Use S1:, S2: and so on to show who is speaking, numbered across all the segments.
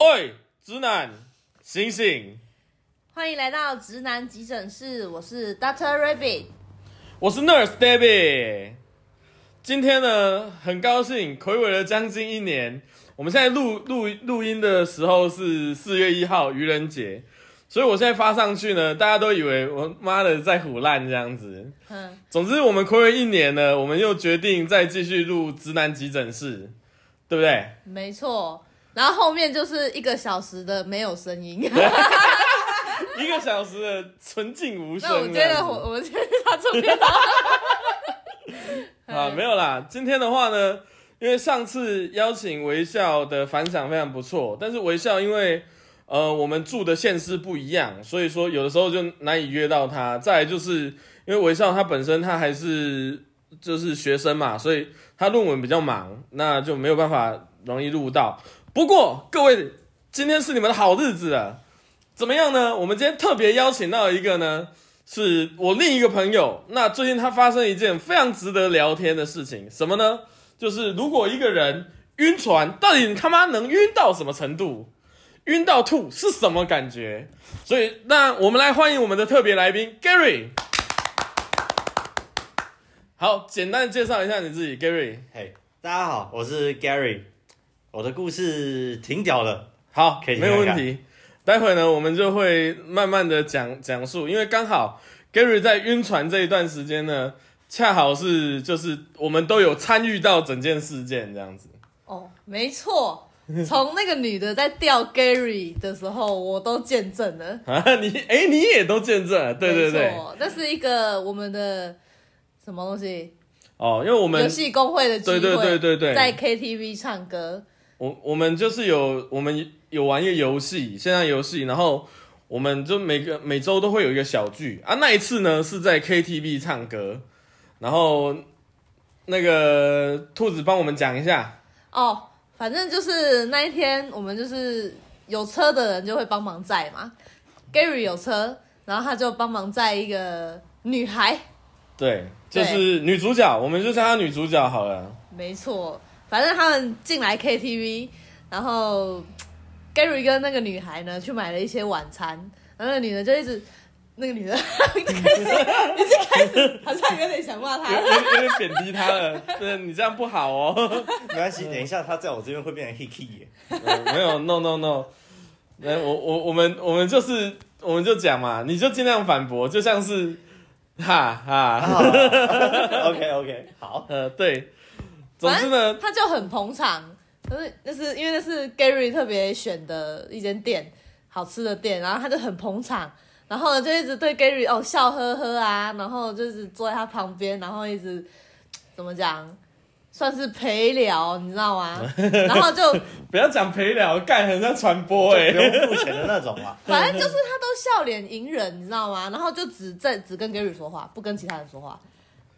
S1: 喂，直男，醒醒！
S2: 欢迎来到直男急诊室，我是 Doctor Rabbit。
S1: 我是 Nurse Debbie。今天呢，很高兴暌违了将近一年。我们现在录录录音的时候是四月一号愚人节，所以我现在发上去呢，大家都以为我妈的在胡烂这样子。
S2: 嗯，
S1: 总之，我们暌违一年呢，我们又决定再继续录直男急诊室，对不对？
S2: 没错。然后后面就是一个小时的没有声音。
S1: 一个小时的纯净无声
S2: 那
S1: 这
S2: 我
S1: 样子。
S2: 觉得我我觉得到这边 了。
S1: 啊，没有啦。今天的话呢，因为上次邀请微笑的反响非常不错，但是微笑因为呃我们住的县市不一样，所以说有的时候就难以约到他。再来就是因为微笑他本身他还是就是学生嘛，所以他论文比较忙，那就没有办法容易录到。不过各位，今天是你们的好日子啊！怎么样呢？我们今天特别邀请到一个呢，是我另一个朋友。那最近他发生一件非常值得聊天的事情，什么呢？就是如果一个人晕船，到底你他妈能晕到什么程度？晕到吐是什么感觉？所以，那我们来欢迎我们的特别来宾 Gary。好，简单地介绍一下你自己，Gary。
S3: 嘿大家好，我是 Gary，我的故事挺屌的，
S1: 好，
S3: 可以
S1: 没有
S3: 听
S1: 问
S3: 看
S1: 题。待会呢，我们就会慢慢的讲讲述，因为刚好 Gary 在晕船这一段时间呢，恰好是就是我们都有参与到整件事件这样子。
S2: 哦，没错。从那个女的在吊 Gary 的时候，我都见证了。
S1: 啊，你哎、你也都见证了，对对对
S2: 没，错，那是一个我们的什么东西？
S1: 哦，因为我
S2: 游
S1: 们
S2: 戏公会的聚会，
S1: 对对对对对
S2: 在 KTV 唱歌。
S1: 我我们就是有我们有玩一个游戏，线上游戏，然后我们就每个每周都会有一个小聚啊。那一次呢是在 KTV 唱歌，然后那个兔子帮我们讲一下，
S2: 哦，反正就是那一天，我们就是有车的人就会帮忙载嘛。Gary 有车，然后他就帮忙载一个女孩，
S1: 对，就
S2: 对
S1: 是女主角，我们就叫她女主角好了。
S2: 没错。反正他们进来 KTV，然后 Gary 跟那个女孩呢去买了一些晚餐，然后那个女的就一直，那个女的 就开始，已经开始好像有点想骂她
S1: 有。有有点贬低她了，对你这样不好哦。
S3: 没关系，等一下他在我这边会变成 Hickey 耶。
S1: 嗯没有，no no no，那我我我们我们就是我们就讲嘛，你就尽量反驳，就像是哈哈，
S3: 哦 OK OK，好，
S1: 呃对，总之呢，
S2: 他就很捧场，可是那是因为那是 Gary 特别选的一间店，好吃的店，然后他就很捧场，然后呢就一直对 Gary 哦笑呵呵啊，然后就是坐在他旁边，然后一直怎么讲，算是陪聊，你知道 吗？然后就
S1: 不要讲陪聊，干很像传播
S3: 不
S1: 哎、
S3: 用付钱的那种啊嘛。
S2: 反正就是他都笑脸迎人，你知道吗？然后就只在只跟 Gary 说话，不跟其他人说话。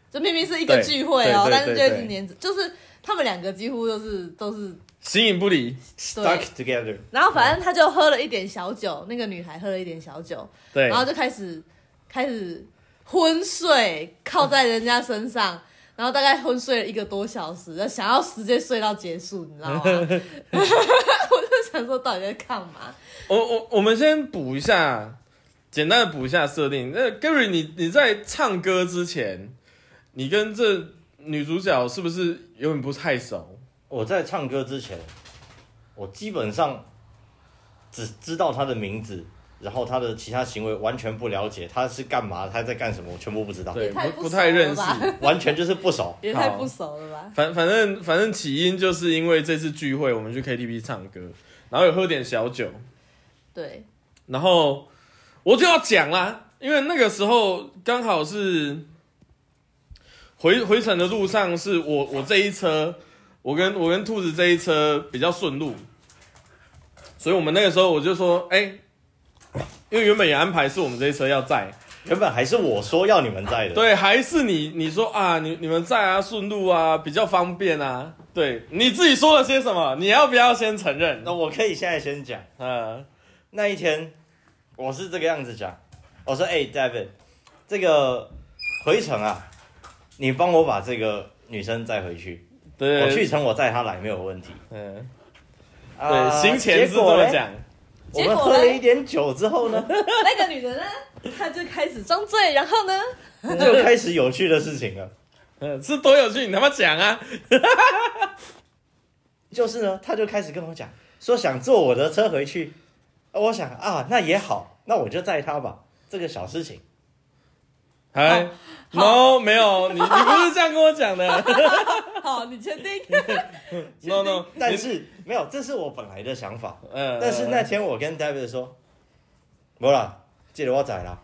S2: 就明明是一个
S1: 对
S2: 聚会哦，
S1: 对对
S2: 但是就
S1: 对
S2: 一
S1: 对
S2: 直黏着，就是他们两个几乎都是都是
S1: 形影不离，
S3: Stuck together，
S2: 然后反正他就喝了一点小酒，那个女孩喝了一点小酒，
S1: 对
S2: 然，后就开始开始昏睡，靠在人家身上，然后大概昏睡了一个多小时，想要直接睡到结束，你知道吗？我就想说到底在干嘛？
S1: 我我我们先补一下，简单的补一下设定。那 Gary，你你在唱歌之前，你跟这女主角是不是有点不太熟？
S3: 我在唱歌之前，我基本上只知道他的名字，然后他的其他行为完全不了解，他是干嘛，他在干什么，我全部不知道，
S1: 对，
S2: 也太
S1: 不
S2: 不熟
S1: 太认识
S2: 了。吧
S3: 完全就是不熟。
S2: 也太不熟了吧？
S1: 反反正反正起因就是因为这次聚会，我们去 KTV 唱歌，然后有喝点小酒，
S2: 对，
S1: 然后我就要讲啦，因为那个时候刚好是回回程的路上，是我我这一车，我跟我跟兔子这一车比较顺路，所以我们那个时候我就说，哎、因为原本也安排是我们这一车要载，
S3: 原本还是我说要你们在的，，
S1: 对，还是你你说啊，你你们载啊顺路啊比较方便啊，对，你自己说了些什么？你要不要先承认？
S3: 那我可以现在先讲。
S1: 嗯，
S3: 那一天，我是这个样子讲，我说：“哎、d a v i d 这个回程啊，你帮我把这个女生载回去，
S1: 对，
S3: 我去程我载她来没有问题。啊
S1: 嗯，”对，行前是这么讲，
S3: 我
S2: 结果嘞
S3: 们喝了一点酒之 后呢，
S2: 那个女的呢，她就开始装醉，然后呢，
S3: 就开始有趣的事情了。
S1: 嗯， 是多有趣，你他妈讲啊！
S3: 就是呢，他就开始跟我讲，说想坐我的车回去。呃我想啊，那也好，那我就载他吧。这个小事情，
S1: 哎，no，没有，
S3: 哦
S1: 你你不是这样跟我讲 的
S2: 好，你确定？
S1: ，no no，
S3: 但是没有，这是我本来的想法。
S1: 嗯，
S3: 呃但是那天我跟 David 说，没啦，这个我载啦，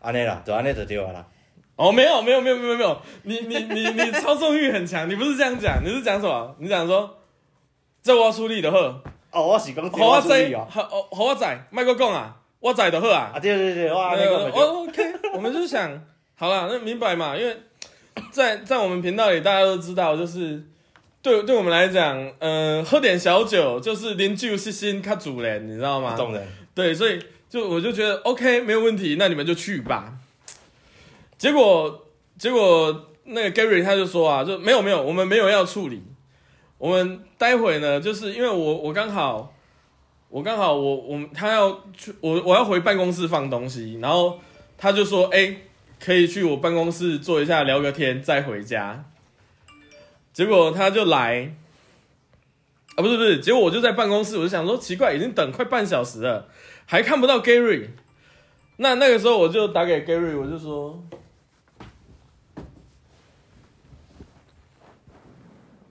S3: 安尼啦，就安尼就对了啦。
S1: 哦，没有没有没有没有没有，你你你你操纵欲很强，你不是这样讲，你是讲什么？你讲说，这我出力的呵，
S3: 哦，我是讲这个
S1: 好
S3: 我
S1: 我
S3: 注意
S1: 仔，
S3: 哦。
S1: 好好我仔，麦克讲啊，我仔的呵啊
S3: 啊，，对对对，哇，那个
S1: 呃哦 OK，我 们就是想，好啦，那明白嘛？因为在在我们频道里，大家都知道，就是对对我们来讲，嗯、喝点小酒就是邻居是心他主人，你知道吗？
S3: 懂人。
S1: 对，所以就我就觉得 OK 没有问题，那你们就去吧。结果结果那个 Gary 他就说啊，就没有没有，我们没有要处理，我们待会呢，就是因为我我刚好我刚好我我他要去我我要回办公室放东西，然后他就说哎、可以去我办公室坐一下聊个天再回家。结果他就来，啊不是不是，结果我就在办公室，我就想说奇怪，已经等快半小时了。还看不到 Gary。那那个时候我就打给 Gary，我就说，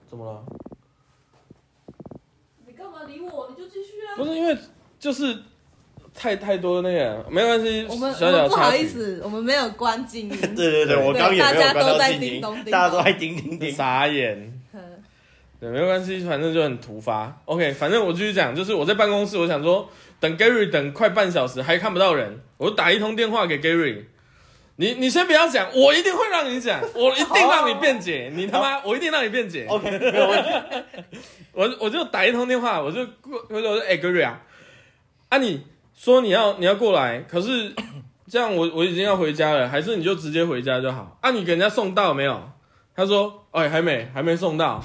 S1: 怎么了？
S2: 嗯你干嘛理我？你就继续啊
S1: 不是因为就是太太多那个，没关系，
S2: 我们
S1: 小
S2: 我
S1: 小
S2: 们不好
S1: 插
S2: 意
S1: 曲。
S2: 思，我们没有关静音。
S3: 对对对，我刚也
S2: 大
S3: 没有
S2: 家
S3: 关
S2: 都
S3: 到
S2: 在
S3: 静音
S2: 叮咚叮，咚
S3: 大家都在叮叮 叮。
S1: 傻眼，
S2: 嗯
S1: 对，没关系，反正就很突发。OK，反正我继续讲，就是我在办公室，我想说等 Gary 等快半小时还看不到人，我就打一通电话给 Gary。你你先不要讲，我一定会让你 讲，我一定让你辩解，你他妈我一定让你辩解。
S3: 哦 OK，没有问题。
S1: 我我就打一通电话，我就过，我就说，哎、g a r y 啊，啊，你说你要你要过来，可是 这样我我已经要回家了，还是你就直接回家就好？啊，你给人家送到没有？他说，哎、还没，还没送到。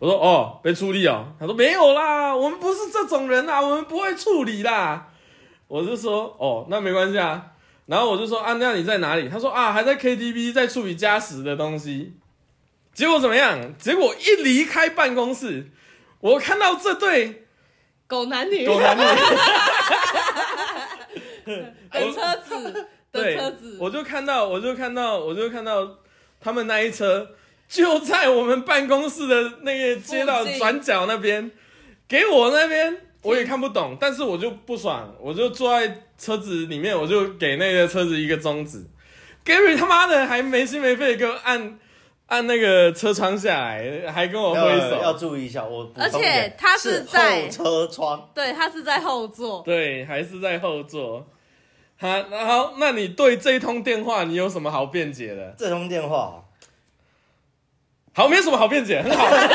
S1: 我说，哦，被处理哦。他说没有啦，我们不是这种人啦，啊我们不会处理啦。我就说，哦，那没关系啊。然后我就说，啊，那你在哪里？他说啊，还在 KTV 在处理加时的东西。结果怎么样？结果一离开办公室，我看到这对
S2: 狗男女，
S1: 狗男女，
S2: 等哎车 子，等
S1: 对
S2: 车子，，
S1: 我就看到，我就看到，我就看到他们那一车就在我们办公室的那个街道
S2: 附近
S1: 转角那边，给我那边我也看不懂，但是我就不爽，我就坐在车子里面，我就给那个车子一个中指。Gary 他妈的还没心没肺地给我按按那个车窗下来，还跟我挥手，
S3: 要要注意一下，我补充一
S2: 而且
S3: 点
S2: 他是
S3: 是
S2: 在
S3: 后车窗，
S2: 对他是在后座，
S1: 对，还是在后座。好，然后那你对这一通电话你有什么好辩解的？
S3: 这通电话
S1: 好，没有什么好辩解，很好。
S3: 哦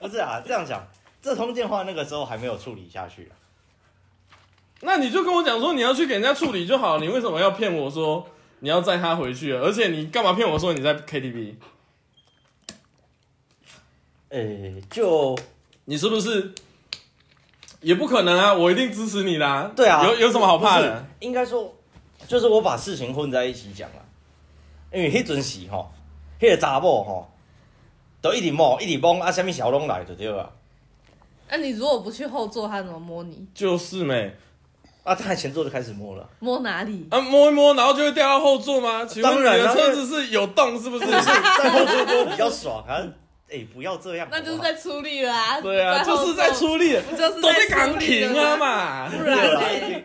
S3: 不是啊，这样讲，这通电话那个时候还没有处理下去啊。
S1: 那你就跟我讲说你要去给人家处理就好，你为什么要骗我说你要载他回去？而且你干嘛骗我说你在 KTV？
S3: 诶、就
S1: 你是不是？也不可能啊，我一定支持你啦。
S3: 对啊，
S1: 有有什么好怕
S3: 不
S1: 的
S3: 是？？应该说，就是我把事情混在一起讲了，因为迄阵时吼，迄、个查某吼，都一直摸，一直摸啊，什么小拢来就对了。
S2: 那你如果不去后座，他怎么摸你？
S1: 就是没
S3: 啊，他前座就开始摸了，
S2: 摸哪里？
S1: 啊，摸一摸，然后就会掉到后座吗？请问你
S3: 当然啊
S1: 的
S3: 啦
S1: 车子是有洞是不是？
S3: 在后座摸比较爽啊。诶、不要这样，
S2: 那就是
S3: 好不好
S2: 在出力了啊！
S1: 对啊，
S2: 后
S1: 就是
S2: 座
S1: 在，出力，
S2: 就是
S1: 都在
S2: 在
S1: 港停啊
S2: 出力了啊，
S1: 嘛。
S2: 不
S3: 对啦
S2: 然嘞，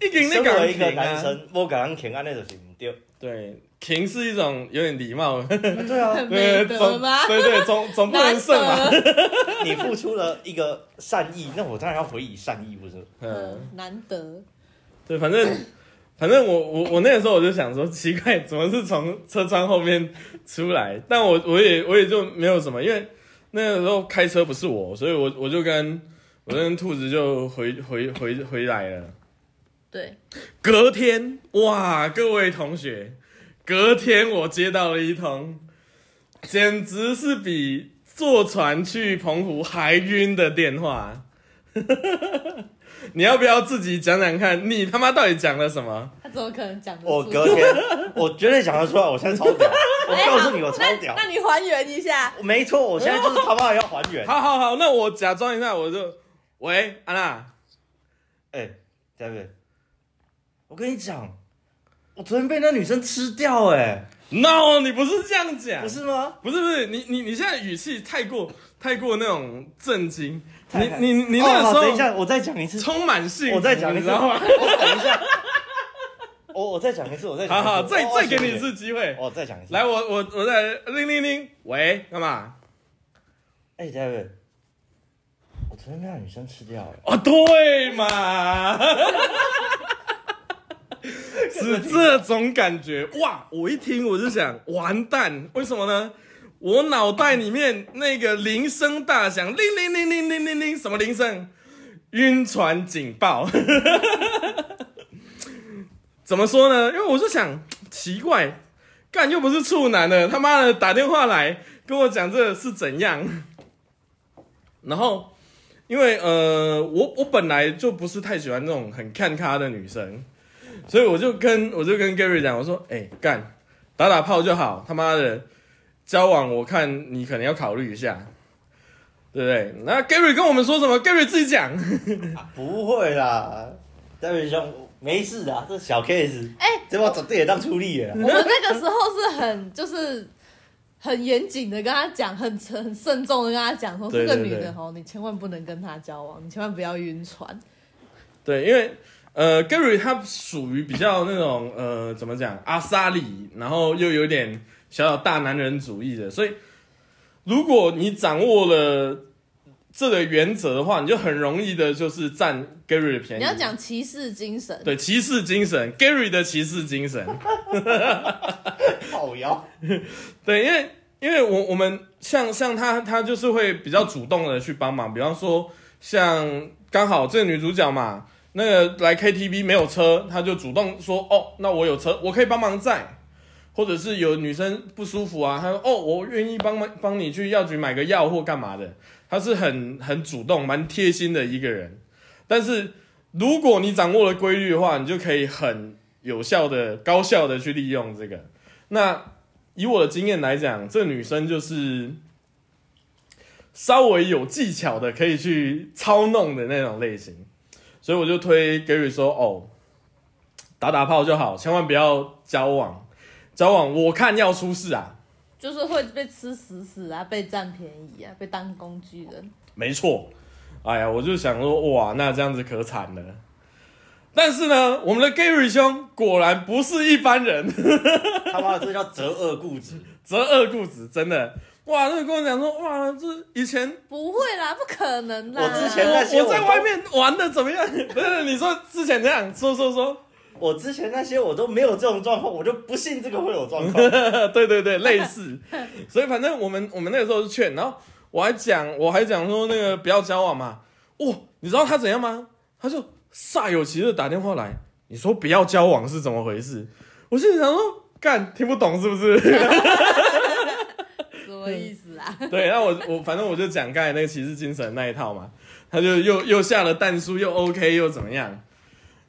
S1: 一定那
S3: 身
S1: 港
S3: 为一
S1: 停
S3: 个
S1: 啊
S3: 男，生，我给人停安尼就是唔对。啊
S1: 对，停是一种有点礼貌，
S3: 对啊，
S2: 很美
S1: 对
S2: 德
S1: 总
S2: 吗？
S1: 对对，总总不能胜 嘛。
S2: 难得，
S3: 你付出了一个善意，那我当然要回以善意，不是？
S1: 嗯，
S2: 难得，
S1: 对，反正反正我我我那个时候我就想说，奇怪，怎么是从车窗后面出来？但我我也我也就没有什么，因为那个时候开车不是我，所以我我就跟我就跟兔子就回回回回来了。
S2: 对，
S1: 隔天，哇，各位同学，隔天我接到了一通，简直是比坐船去澎湖还晕的电话。 你要不要自己讲讲看？你他妈到底讲了什么？
S2: 他怎么可能讲得
S3: 我
S2: 出
S3: 哦隔 天，我绝对讲得出来，我现在超屌，我
S2: 哎好
S3: 告诉你，我超
S2: 那
S3: 屌
S2: 那，你还原 一下，
S3: 没错，我现在就是他妈的要还原。
S1: 好好好，那我假装一下，我就喂安娜，
S3: 哎、d a v i d 我跟你讲，我昨天被那女生吃掉、
S1: No，你不是这样
S3: 哎，
S1: 讲，
S3: 不是吗？
S1: 不是不是，你你你现在语气太过太过那种震惊，你
S3: 太太
S1: 你你
S3: 哦
S1: 那个
S3: 好
S1: 时候、
S3: 等一下，我再讲一次，
S1: 充满幸福，
S3: 我再讲一
S1: 你
S3: 次，
S1: 知道 吗？
S3: 我等一下，哦我我再讲一次，我再讲
S1: 好
S3: 一次，哦
S1: 好，再
S3: 我
S1: 再给你一，次机会，
S3: 我哦再讲一次。
S1: 来，我我我再铃铃铃，喂，干嘛？
S3: 哎、d a v i d 我昨天被那女生吃掉、哎，
S1: 哦，对嘛，是这种感觉哇！我一听我就想，完蛋，为什么呢？我脑袋里面那个铃声大响，铃铃铃铃铃铃铃，什么铃声？晕船警报。 怎么说呢？因为我就想，奇怪，干又不是处男的，他妈的打电话来跟我讲这是怎样？然后因为呃，我我本来就不是太喜欢那种很看咖的女生，所以我就跟我就跟 Gary 讲，我说，哎、干，打打炮就好，他妈的，交往我看你可能要考虑一下，对不对？那 Gary 跟我们说什么？Gary 自己讲，
S3: 哎不会啦，David 兄，没事的，这小 case，
S2: 哎、
S3: 这把绝对也当出力了啦。
S2: 我们那个时候是很就是很严谨的跟他讲，很很慎重的跟他讲说，
S1: 对
S2: 这个
S1: 对
S2: 女
S1: 对
S2: 的哦，你千万不能跟她交往，你千万不要晕船。
S1: 对，因为呃，Gary 他属于比较那种呃，怎么讲，阿萨里，然后又有点小小大男人主义的，所以如果你掌握了这个原则的话，你就很容易的就是占 Gary 的便宜。
S2: 你要讲骑士精神，
S1: 对骑士精神，Gary 的骑士精神。
S3: 靠腰，
S1: 对，因为因为我我们像像他他就是会比较主动的去帮忙，比方说像刚好这个女主角嘛，那个来 KTV 没有车，她就主动说哦，那我有车，我可以帮忙载。或者是有女生不舒服啊，她说哦，我愿意帮忙帮你去药局买个药或干嘛的，她是很很主动、蛮贴心的一个人。但是如果你掌握了规律的话，你就可以很有效的、高效的去利用这个。那以我的经验来讲，这女生就是稍微有技巧的，可以去操弄的那种类型，所以我就推 Gary 说：“哦，打打炮就好，千万不要交往，交往我看要出事啊。
S2: 就是会被吃死死啊，被占便宜啊，被当工具人。”
S1: 没错，哎呀，我就想说，哇，那这样子可惨了。但是呢，我们的 Gary 兄果然不是一般人。
S3: 他妈的，这叫择恶固执。
S1: 择恶固执，真的，哇！那个跟我讲说，哇，这以前
S2: 不会啦，不可能啦！
S3: 我之前那些
S1: 我我在
S3: 我都
S1: 外面玩的怎么样？ 不是你说之前这 样说说说，
S3: 我之前那些我都没有这种状况，我就不信这个会有状况。
S1: 对对对，类似。所以反正我们我们那个时候是劝，然后我还讲我还讲说那个不要交往嘛。哇，你知道他怎样吗？他就煞有其事地打电话来，你说不要交往是怎么回事？我心里想说，干听不懂是不是？
S2: 什么意思啊？
S1: 对，那我我反正我就讲刚才那个骑士精神那一套嘛，他就又又下了蛋书，又 OK 又怎么样，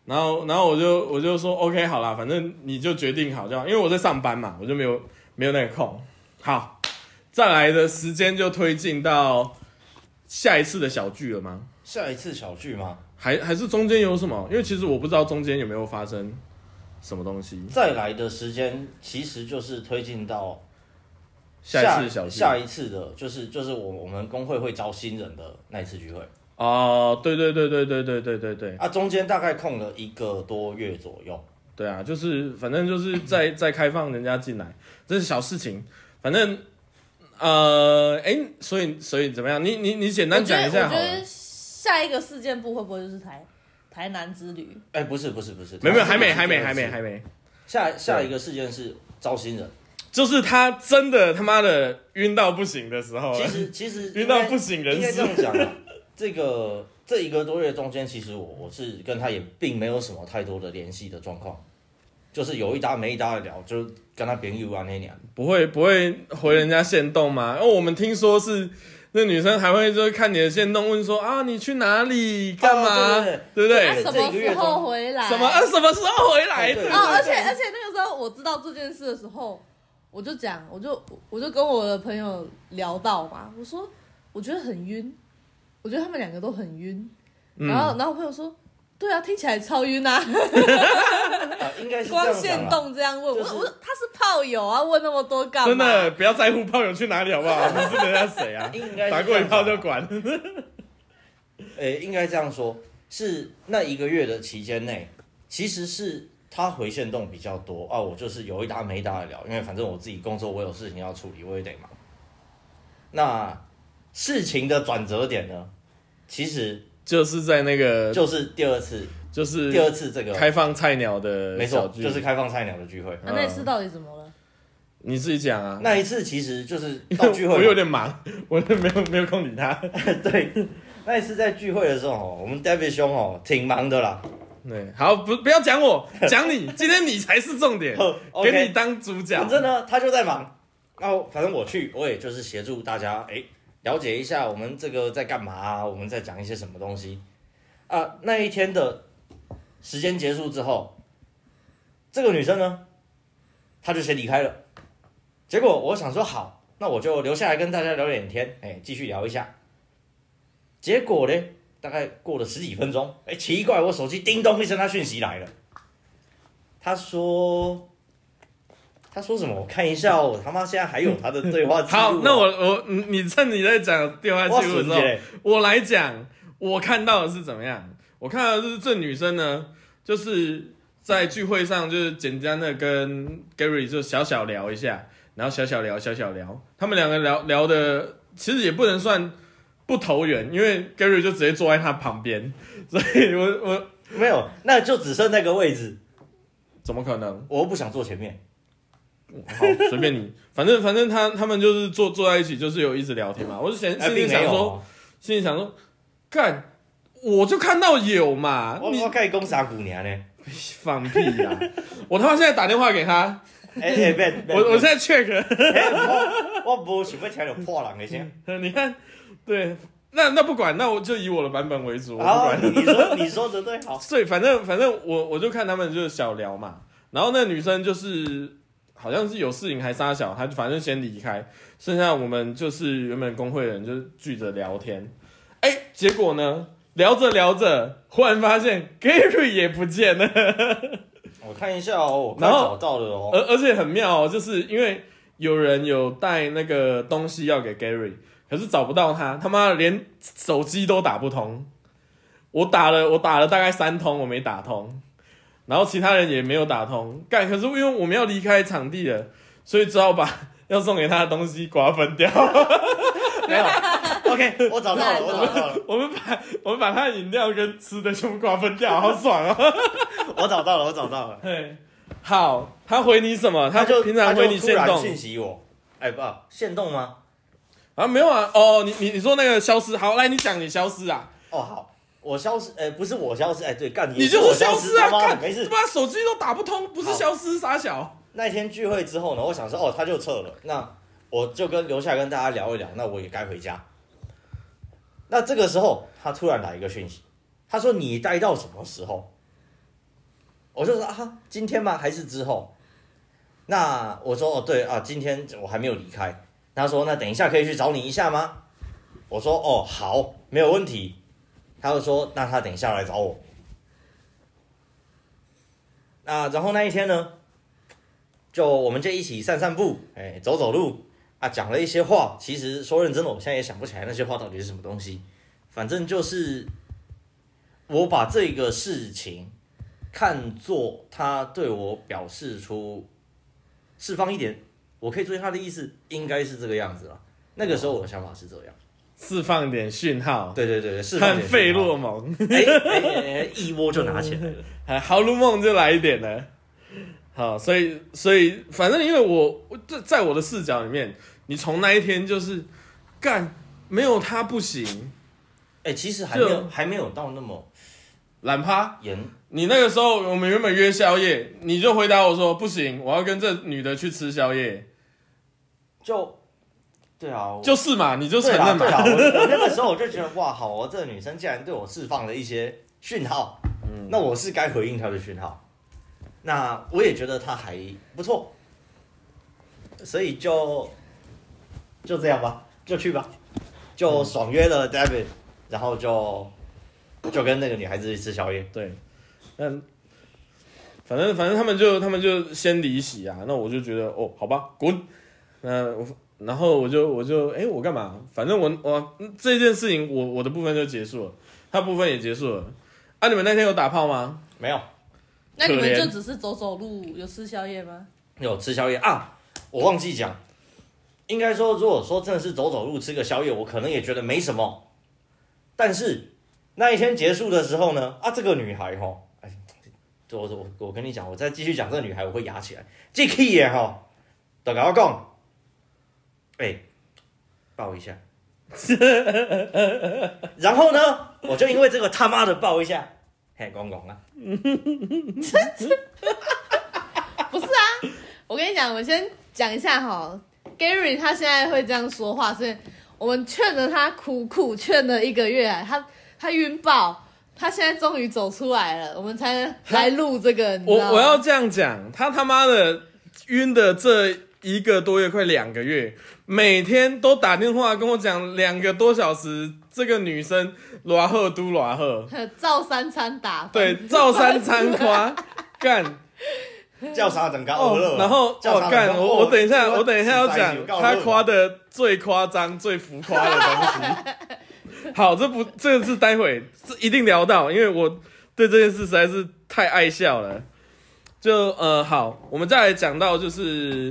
S1: 然后然后我就我就说 OK 好啦，反正你就决定好就好，因为我在上班嘛，我就没有没有那个空。好，再来的时间就推进到下一次的小聚了吗？
S3: 下一次小聚吗？
S1: 还还是中间有什么？因为其实我不知道中间有没有发生什么东西。
S3: 再来的时间其实就是推进到
S1: 下一次小聚
S3: 下一次的，就是就是我我们工会会招新人的那一次聚会
S1: 哦，对对对对对对对对对。
S3: 啊，中间大概空了一个多月左右。
S1: 对啊，就是反正就是再再开放人家进来，这是小事情。反正呃，哎、所以所以怎么样？你你你简单讲一下
S2: 我
S1: 好
S2: 觉得我觉
S1: 了
S2: 得。下一个事件部会不会就是台台南之旅？
S3: 哎、不是不是不是，
S1: 没有没有，
S3: 他
S1: 还
S3: 是第
S1: 没
S3: 二次
S1: 还没还没还没，
S3: 下下一个事件是招新人，
S1: 就是他真的他妈的晕到不行的时候
S3: 其
S1: 了，
S3: 实其实
S1: 晕
S3: 应该
S1: 啊到不省人
S3: 应该
S1: 事
S3: 这。样讲啊， 这个这一个多月中间，其实我我是跟他也并没有什么太多的联系的状况。就是有一搭没一搭的聊，就跟他朋友啊那俩。
S1: 不会不会回人家线动吗？因为我们听说是那女生还会就是看你的线动，问说啊你去哪里干嘛，
S3: 哦
S1: 对不
S2: 他
S1: 对？
S2: 啊什么时候回来？
S1: 什么啊什么时候回来
S3: 对对
S1: 的？
S3: 对
S2: 哦，而且而且那个时候我知道这件事的时候，我就讲，我就我就跟我的朋友聊到嘛，我说我觉得很晕，我觉得他们两个都很晕，
S1: 嗯
S2: 然后、然后我朋友说。对啊，听起来超晕啊！
S3: 啊，应该是这样
S2: 光
S3: 讲
S2: 线
S3: 啦
S2: 动这样问，
S3: 就是
S2: 我我他是啊炮友啊，问那么多干嘛？
S1: 真的不要在乎炮友去哪里好不好？你是人家谁 啊？
S3: 应该是
S1: 打过一炮
S3: 这
S1: 就
S3: 样讲
S1: 管。
S3: 诶、应该这样说，是那一个月的期间内，其实是他回线动比较多啊。我就是有一搭没一搭的聊，因为反正我自己工作，我有事情要处理，我也得忙。那事情的转折点呢，其实
S1: 就是在那个
S3: 就是第二次，
S1: 就是
S3: 第二次这个
S1: 开放菜鸟的
S3: 没
S1: 小
S3: 错，
S1: 聚，嗯
S3: 就是开放菜鸟的聚会。
S2: 啊，那一次到底怎么了？
S1: 你自己讲啊。
S3: 那一次其实就是
S1: 因
S3: 到聚
S1: 为我
S3: 会
S1: 有
S3: 嘛，
S1: 点忙，我没有没有空理 他。
S3: 对，那一次在聚会的时候哦，我们 David 兄哦挺忙的啦，
S1: 对，好，不不要讲我，讲你， 今天你才是重 点，
S3: 哦 OK
S1: 哦给你当主角。
S3: 反正呢，他就在忙。然后反正我去，我也就是协助大家，哎，了解一下我们这个在干嘛、啊，我们在讲一些什么东西啊。那一天的时间结束之后，这个女生呢，她就先离开了。结果我想说好，那我就留下来跟大家聊点天，哎，继续聊一下。结果呢，大概过了十几分钟，哎，奇怪，我手机叮咚一声，她讯息来了，她说。他说什么？我看一下哦，我他妈现在还有他的对话记录 哦、
S1: 好，那我我你你趁你在讲电话
S3: 哇
S1: 记录的时
S3: 神欸
S1: 候，
S3: 姐
S1: 我来讲，我看到的是怎么样？我看到的是这女生呢，就是在聚会上就是简单的跟 Gary 就小小聊一下，然后小小聊小小聊，他们两个聊聊的其实也不能算不投缘，因为 Gary 就直接坐在他旁边， 所以我我
S3: 没有，那就只剩那个位置，
S1: 怎么可能？
S3: 我又不想坐前面。
S1: 好，随便你，反正反正他他们就是坐坐在一起，就是有一直聊天嘛。我就想
S3: 哎
S1: 心里
S3: 并没
S1: 想
S3: 有
S1: 说，
S3: 哦，
S1: 心里想说，干，我就看到有嘛，
S3: 我
S1: 啊你
S3: 我盖公傻姑 娘呢？
S1: 放屁呀、 我他妈现在打电话给他，
S3: 哎哎，别别，
S1: 我我现在 check，
S3: 哎我我不想要听到破人的声。
S1: 你看，对，那那不管，那我就以我的版本为主，我不
S3: 好，
S1: 管。
S3: 你说你说的对，好，
S1: 所以反正反正我我就看他们就是小聊嘛，然后那女生就是好像是有事情还撒小，她就反正先离开，剩下我们就是原本工会的人就是聚着聊天，哎、结果呢聊着聊着，忽然发现 Gary 也不见了。
S3: 我看一下哦，我快
S1: 然后
S3: 找到了哦。
S1: 而而且很妙哦，就是因为有人有带那个东西要给 Gary，可是找不到他，他妈的连手机都打不通。我打了，我打了大概三通，我没打通，然后其他人也没有打通。干，可是因为我们要离开场地了，所以只好把 要送给他的东西瓜分掉。
S3: 呃没有，OK，我 找到了，我找到了，
S1: 我们把我们把他的饮料跟吃的全部瓜分掉，好爽哦！
S3: 我找到了，我找到了。
S1: 嘿好，他回你什么？
S3: 他就
S1: 平常
S3: 他
S1: 回
S3: 就
S1: 你
S3: 突
S1: 线
S3: 然
S1: 动
S3: 讯息我，哎不，限动吗？
S1: 啊？没有啊？哦，你你你说那个消失，好，来你讲你消失啊？
S3: 哦好，我消失，哎不是我消失，哎对，干你
S1: 你
S3: 也是
S1: 就
S3: 我
S1: 是消失
S3: 失
S1: 啊！
S3: 他妈的
S1: 干，
S3: 没事
S1: 他。妈手机都打不通，不是
S3: 好
S1: 消失傻小。
S3: 那天聚会之后呢，我想说，哦，他就撤了，那我就跟留下来跟大家聊一聊，那我也该回家。那这个时候，他突然来一个讯息，他说：“你待到什么时候？”我就说：“啊，今天吗？还是之后？”那我说：“哦，对啊，今天我还没有离开。”他说：“那等一下可以去找你一下吗？”我说：“哦，好，没有问题。”他就说：“那他等一下来找我。”那然后那一天呢，就我们就一起散散步，哎，走走路啊，讲了一些话。其实说认真的，我现在也想不起来那些话到底是什么东西。反正就是我把这个事情看作他对我表示出释放一点，我可以追他的意思，应该是这个样子了。那个时候我的想法是这样，
S1: 释放点讯号，
S3: 对对对，释放
S1: 看
S3: 一点
S1: 费
S3: 讯号
S1: 洛，蒙，
S3: 哎哎哎哎，一窝就拿起来了。
S1: 还豪鲁梦就来一点了。好，所以所以反正因为我我这在我的视角里面，你从那一天就是干没有他不行，
S3: 哎、其实还没有
S1: 就
S3: 还没有到那么，
S1: 懒趴。
S3: 盐
S1: 你那个时候我们原本约宵夜，你就回答我说不行，我要跟这女的去吃宵夜，
S3: 就对啊，我
S1: 就是嘛，你就承
S3: 对啦
S1: 认
S3: 对
S1: 嘛。
S3: 啦，我我那个时候我就觉得哇，好哦，这个女生竟然对我释放了一些讯号，
S1: 嗯
S3: 那我是该回应她的讯号。那我也觉得她还不错，所以就就这样吧，就去吧，
S1: 嗯
S3: 就爽约了 David，然后就就跟那个女孩子去吃宵夜。
S1: 对，但反正反正他们就他们就先离席啊，那我就觉得哦，好吧，滚。那我然后我就我就哎、我干嘛？反正我我这件事情我我的部分就结束了，他部分也结束了。啊，你们那天有打炮吗？
S3: 没有，
S2: 那
S1: 嗯
S2: 你
S1: 可
S2: 们
S1: 怜
S2: 就只是走走路，有吃宵夜吗？
S3: 有吃宵夜啊，我忘记讲。应该说，如果说真的是走走路吃个宵夜，我可能也觉得没什么。但是那一天结束的时候呢，啊，这个女孩哈，哎，我我我跟你讲，我再继续讲这个女孩，我会压起来。这 key 也哈，都跟我讲，哎、抱一下。 然后呢，我就因为这个他妈的抱一下，嘿，公公啊，
S2: 啊我跟你讲，我先讲一下哈，Gary 他现在会这样说话，所以我们劝了他苦苦劝了一个月，他他晕爆，他现在终于走出来了，我们才能来录这个，你知
S1: 我
S2: 道吗
S1: 我要这样讲，他他妈的晕的这一个多月，快两个月，每天都打电话跟我讲两个多小时，这个女生软赫都软赫，
S2: 照三餐打，
S1: 对，照三餐夸干。
S3: 叫啥整个欧
S1: 哦
S3: 乐，，
S1: 然后
S3: 叫
S1: 我
S3: 啥
S1: 干
S3: 整个
S1: 我我等一下
S3: 哦
S1: 我等一下要
S3: 实在有
S1: 讲
S3: 够
S1: 他
S3: 饿
S1: 夸的最夸张、最浮夸的东西。好，这不这个是待会是一定聊到，因为我对这件事实在是太爱笑了。就呃好，我们再来讲到就是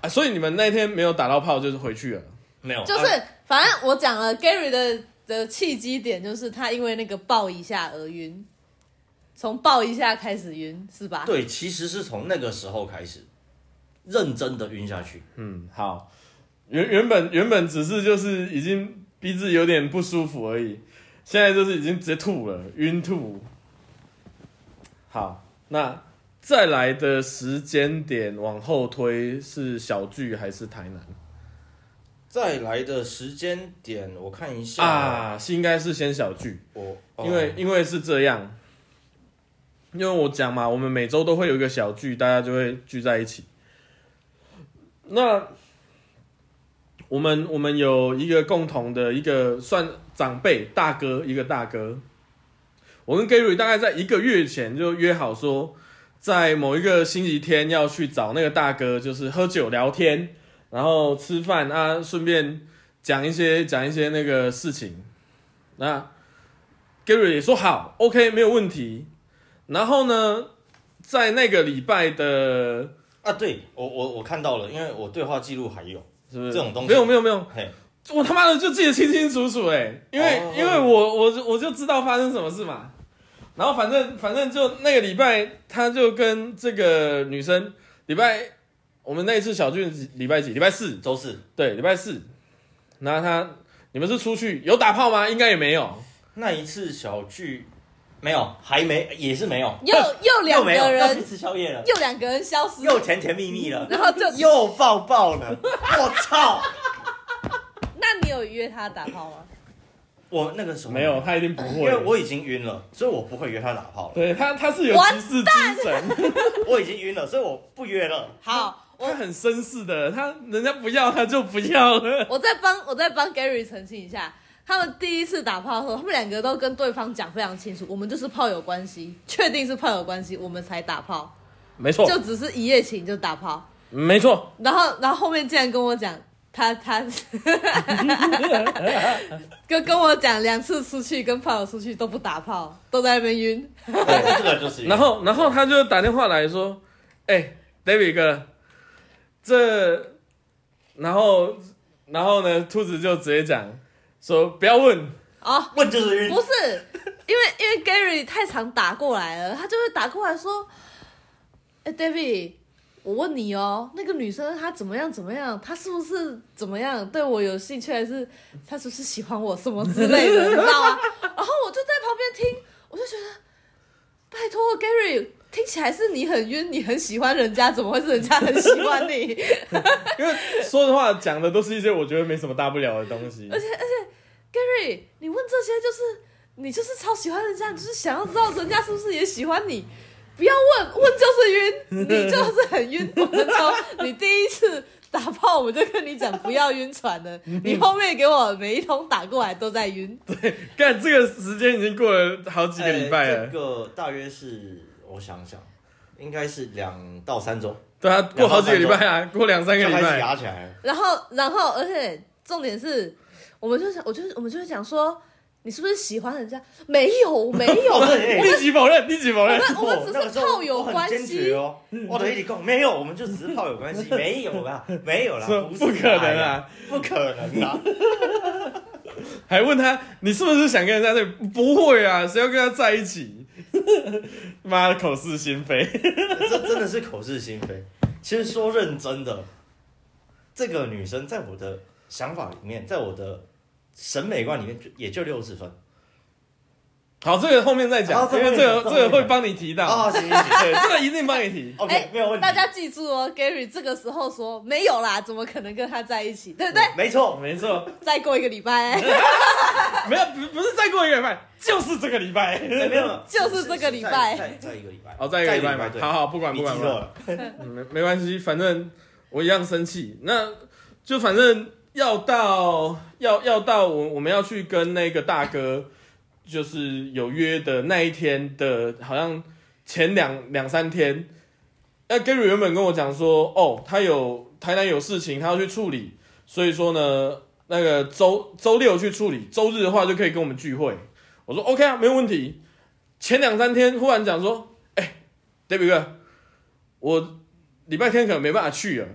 S1: 啊，所以你们那天没有打到炮，就是回去了。
S3: 没有，
S2: 就是反正我讲了 Gary 的的契机点，就是他因为那个抱一下而晕，从抱一下开始晕是吧？
S3: 对，其实是从那个时候开始，认真的晕下去。
S1: 嗯，好，原原本原本只是就是已经鼻子有点不舒服而已，现在就是已经直接吐了，晕吐。好，那再来的时间点往后推是小聚还是台南
S3: 再来的时间点，我看一下，
S1: 啊？是应该是先小聚，
S3: 我哦
S1: 因为、因为是这样，因为我讲嘛，我们每周都会有一个小聚，大家就会聚在一起。那我们我们有一个共同的一个算长辈大哥，一个大哥。我跟 Gary 大概在一个月前就约好说，在某一个星期天要去找那个大哥，就是喝酒聊天，然后吃饭啊，顺便讲一些讲一些那个事情。那 Gary 也说好，OK，没有问题。然后呢，在那个礼拜的，
S3: 啊，对我我我看到了，因为我对话记录还有，
S1: 是不是
S3: 这种东西
S1: 没有没有没有，
S3: 嘿，
S1: 我他妈的就记得清清楚楚哎、因为、
S3: 哦
S1: 因为我我就我就知道发生什么事嘛。然后反正反正就那个礼拜，他就跟这个女生礼拜，我们那一次小聚是礼拜几？礼拜四，
S3: 周四
S1: 对，礼拜四。然后他你们是出去有打炮吗？应该也没有。
S3: 那一次小聚没有，还没也是没有，
S2: 又又两
S3: 又
S2: 个
S3: 没有，要去
S2: 人，
S3: 吃宵夜了，
S2: 又两个人消失，
S3: 又甜甜蜜蜜 了，
S2: 然后就
S3: 又抱抱了，我操！
S2: 那你有约他打炮吗？
S3: 我那个时候
S1: 没有，，他一定不会
S3: 因为。我已经晕了，所以我不会约他打炮了，
S1: 对他他是有
S2: 完
S1: 骑士精神。
S3: 我已经晕了，所以我不约了。
S2: 好，
S1: 他
S2: 我
S1: 很绅士的，他人家不要他就不要了。
S2: 我再帮我再帮 Gary 澄清一下，他们第一次打炮的时候，他们两个都跟对方讲非常清楚，我们就是炮友关系，确定是炮友关系，我们才打炮，
S1: 没
S3: 哦
S1: 错，
S2: 就只是一夜情就打炮。
S1: 没错，
S2: 然后，然后后面竟然跟我讲，他他， 跟跟我讲两次出去跟炮友出去都不打炮，都在那边晕。
S3: 对，这个就是晕。
S1: 然后然后他就打电话来说，哎、d a v i d 哥，这，然后然后呢，兔子就直接讲说不要问，
S2: 哦，
S3: 问就是晕
S2: 不，是，因为因为 Gary 太常打过来了，他就会打过来说，哎、d a v i d 我问你哦，那个女生她怎么样怎么样，她是不是怎么样对我有兴趣，还是她是不是喜欢我什么之类的，你知道吗？然后我就在旁边听，我就觉得 Gary，听起来是你很冤，你很喜欢人家，怎么会是人家很喜欢你？
S1: 因为说实话讲的都是一些我觉得没什么大不了的东西。
S2: Gary，你问这些就是你就是超喜欢人家，你就是想要知道人家是不是也喜欢你。不要问，问就是晕，你就是很晕。我们从你第一次打炮，我就跟你讲不要晕船 了。你后面给我每一通打过来都在晕，
S1: 干这个时间已经过了好几个礼拜
S3: 哎
S1: 了，
S3: 这个大约是我想想，应该是两到三周，
S1: 对啊，过好几个礼拜啊，过两三个
S3: 就
S1: 礼
S3: 开始
S1: 拜。
S3: 压起来了。
S2: 然后然后而且重点是，我们就想，我就我们就会讲说，你是不是喜欢人家？没有，没 有，
S3: 哦对哎
S1: 立即否认，立即否认。
S2: 我们只
S3: 那个
S2: 哦是
S3: 时候
S2: 炮友关
S3: 我很坚
S2: 系
S3: 决。哦，
S1: 嗯
S3: 我的一起共没有，我们就只是炮友 关系，没有啦，没有啦，
S1: 说
S3: 不是
S1: 不可能
S3: 啦，
S1: 啊！
S3: 不可能啦，
S1: 还问他你是不是想跟人家在？不会啊，谁要跟他在一起？ 妈的，口是心非。
S3: 这真的是口是心非。其实说认真的，这个女生在我的想法里面，在我的审美观里面，就也就六十分
S1: 好，这个后面再
S3: 好
S1: 讲，
S3: 哦这
S1: 因
S3: 个
S1: 为这个
S3: 后面
S1: 这
S3: 再
S1: 个
S3: 讲
S1: 会帮你提到，
S3: 啊，行行行
S1: 对，这个一定帮你提。
S3: ，OK，没有问题，
S2: 哎大家记住哦，Gary 这个时候说没有啦，怎么可能跟他在一起，对不对？
S3: 嗯没错，
S1: 没错，
S2: 再过一个礼拜，
S1: 没有不不是再过一个礼拜，就是这个礼拜。
S3: 哎没有，
S2: 就是这个礼拜
S3: 再再再一个礼拜，
S1: 哦，再一个礼拜
S3: 嘛
S1: 嘛，， 好好，不管
S3: 你
S1: 不
S3: 肌
S1: 管
S3: 肉
S1: 不管。
S3: 了，
S1: 嗯没没关系，反正我一样生气。那就反正要到要要到我我们要去跟那个大哥，就是有约的那一天的，好像前两两三天，那 Gary 原本跟我讲说，哦，他有台南有事情，他要去处理，所以说呢，那个周周六去处理，周日的话就可以跟我们聚会。我说 OK 啊，没有问题。前两三天忽然讲说，哎、d a v i d 哥，我礼拜天可能没办法去了，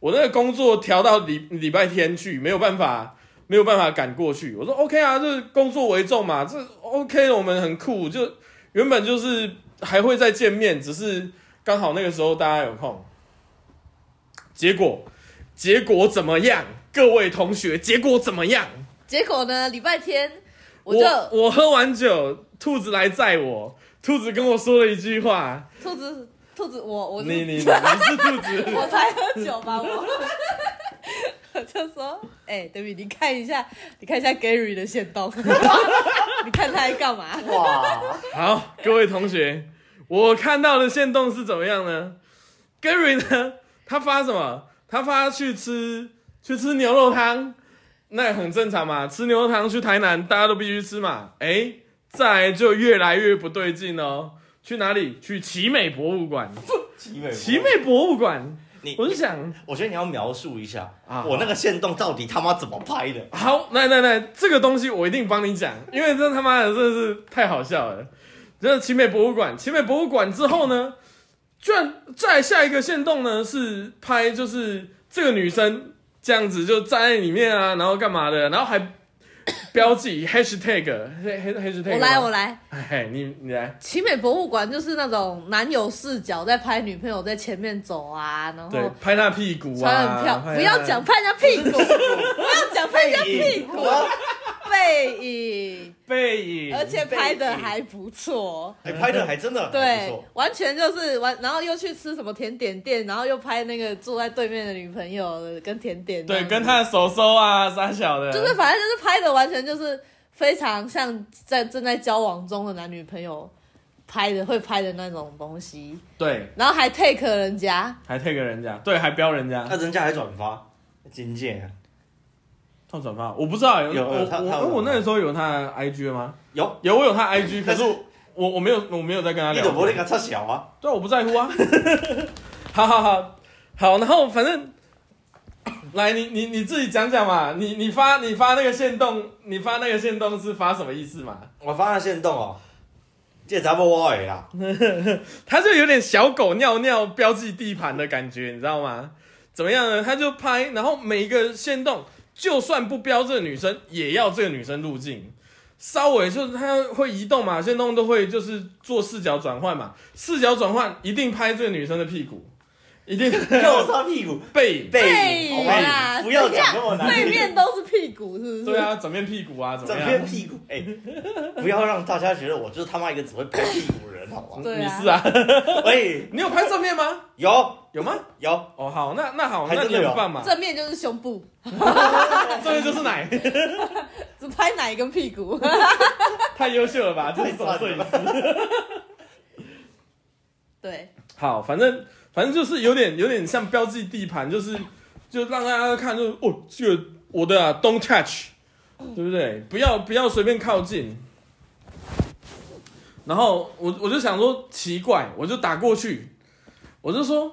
S1: 我那个工作调到礼礼拜天去，没有办法，没有办法赶过去。我说 OK 啊，这工作为重嘛，这 OK 的，我们很酷。就原本就是还会再见面，只是刚好那个时候大家有空。结果，结果怎么样？各位同学，结果怎么样？
S2: 结果呢，礼拜天我
S1: 我
S2: 就
S1: 我喝完酒，兔子来载我，兔子跟我说了一句话，
S2: 兔子兔子我我
S1: 你你你是兔子，
S2: 我才喝酒吧我。我就说，哎、d a v i d 你看一下，你看一下 Gary 的线动，你看他在干嘛？
S3: 哇，
S1: 好，各位同学，我看到的线动是怎么样呢？Gary 呢，他发什么？他发去吃去吃牛肉汤，那也很正常嘛。吃牛肉汤去台南，大家都必须吃嘛。哎、再来就越来越不对劲哦。去哪里？去奇美博物馆。
S3: 奇美，
S1: 奇，美博物馆，
S3: 你
S1: 我就想，
S3: 我觉得你要描述一下
S1: 啊
S3: 我那个线动到底他妈怎么拍的？
S1: 好，来来来，这个东西我一定帮你讲，因为这他妈的真的是太好笑了。这奇美博物馆，奇美博物馆之后呢，居然再下一个线动呢是拍就是这个女生这样子就站在里面啊，然后干嘛的，然后还标记 hashtag hash- hashtag，
S2: 我来，
S1: 吗
S2: 我，来。
S1: 哎，你你来，
S2: 奇美博物馆就是那种男友视角在拍女朋友在前面走啊，然后
S1: 对，拍她屁股
S2: 穿
S1: 啊，
S2: 很漂
S1: 拍她
S2: 不要讲拍人家屁股，不要讲拍人家屁股，啊
S3: 啊
S2: 背影，
S1: 背影，
S2: 而且拍的还不错。
S3: 哎，拍的还真的还
S2: 对
S3: 不错，
S2: 完全就是完，然后又去吃什么甜点店，然后又拍那个坐在对面的女朋友跟甜点这
S1: 对
S2: 样子，
S1: 跟她的手手啊，傻小的，
S2: 就是反正就是拍的完全就是非常像在正在交往中的男女朋友拍的会拍的那种东西，
S1: 对，
S2: 然后还 take 人 家，
S1: 还 tag 人家，对，还标人家，
S3: 那人家还转发，境界啊
S1: 他转发，我不知道、欸，
S3: 有
S1: 我
S3: 有他他有
S1: 我
S3: 转发
S1: 我那个时候有他的 IG 了吗？
S3: 有，
S1: 有，我有他的 IG，可
S3: 但
S1: 是
S3: 是
S1: 我我我没有我没有在跟他
S3: 你
S1: 聊
S3: 怎
S1: 天。
S3: 么那个差小啊？
S1: 对，我不在乎啊。 好好好好，然后反正， 来你你你自己讲讲嘛，你你发你发那个线动，你发那个线动是发什么意思嘛？
S3: 我发了线动哦，这查某我的啦，
S1: 他就有点小狗尿尿标记地盘的感觉，你知道吗？怎么样呢？他就拍，然后每一个线动，就算不标这个女生，也要这个女生入镜。稍微就是他会移动嘛，线动都会就是做视角转换嘛，视角转换一定拍这个女生的屁股，一一定
S3: 又擦屁 股，
S1: 背影，
S3: 背
S2: 背
S3: 影，
S2: 影
S3: 好吧
S2: 啊
S3: 不要讲那么难
S2: 对
S3: 听。
S2: 面都是屁股，是不 是？
S1: 对啊，整面屁股啊，怎
S3: 整
S1: 么
S3: 片
S1: 样？
S3: 屁股，哎、不要让大家觉得我就是他妈一个只会拍屁股的人，好吗？
S2: 对
S1: 你
S2: 啊
S1: 是啊，
S3: 喂，
S1: 你有拍正面吗？
S3: 有
S1: 有吗？
S3: 有，
S1: 哦，好，那那好，
S3: 还
S1: 那
S3: 真
S1: 你
S3: 的有
S1: 很棒嘛。
S2: 正面就是胸部，
S1: 这个就是奶，
S2: 只拍奶跟屁股。
S1: 太优秀了吧，这是什么摄影师？
S2: 对，
S1: 好，反正反正就是有点有点像标记地盘，就是就让大家看，就是哦，这个我的啊，don't touch，对不对？不要不要随便靠近。然后我我就想说奇怪，我就打过去，我就说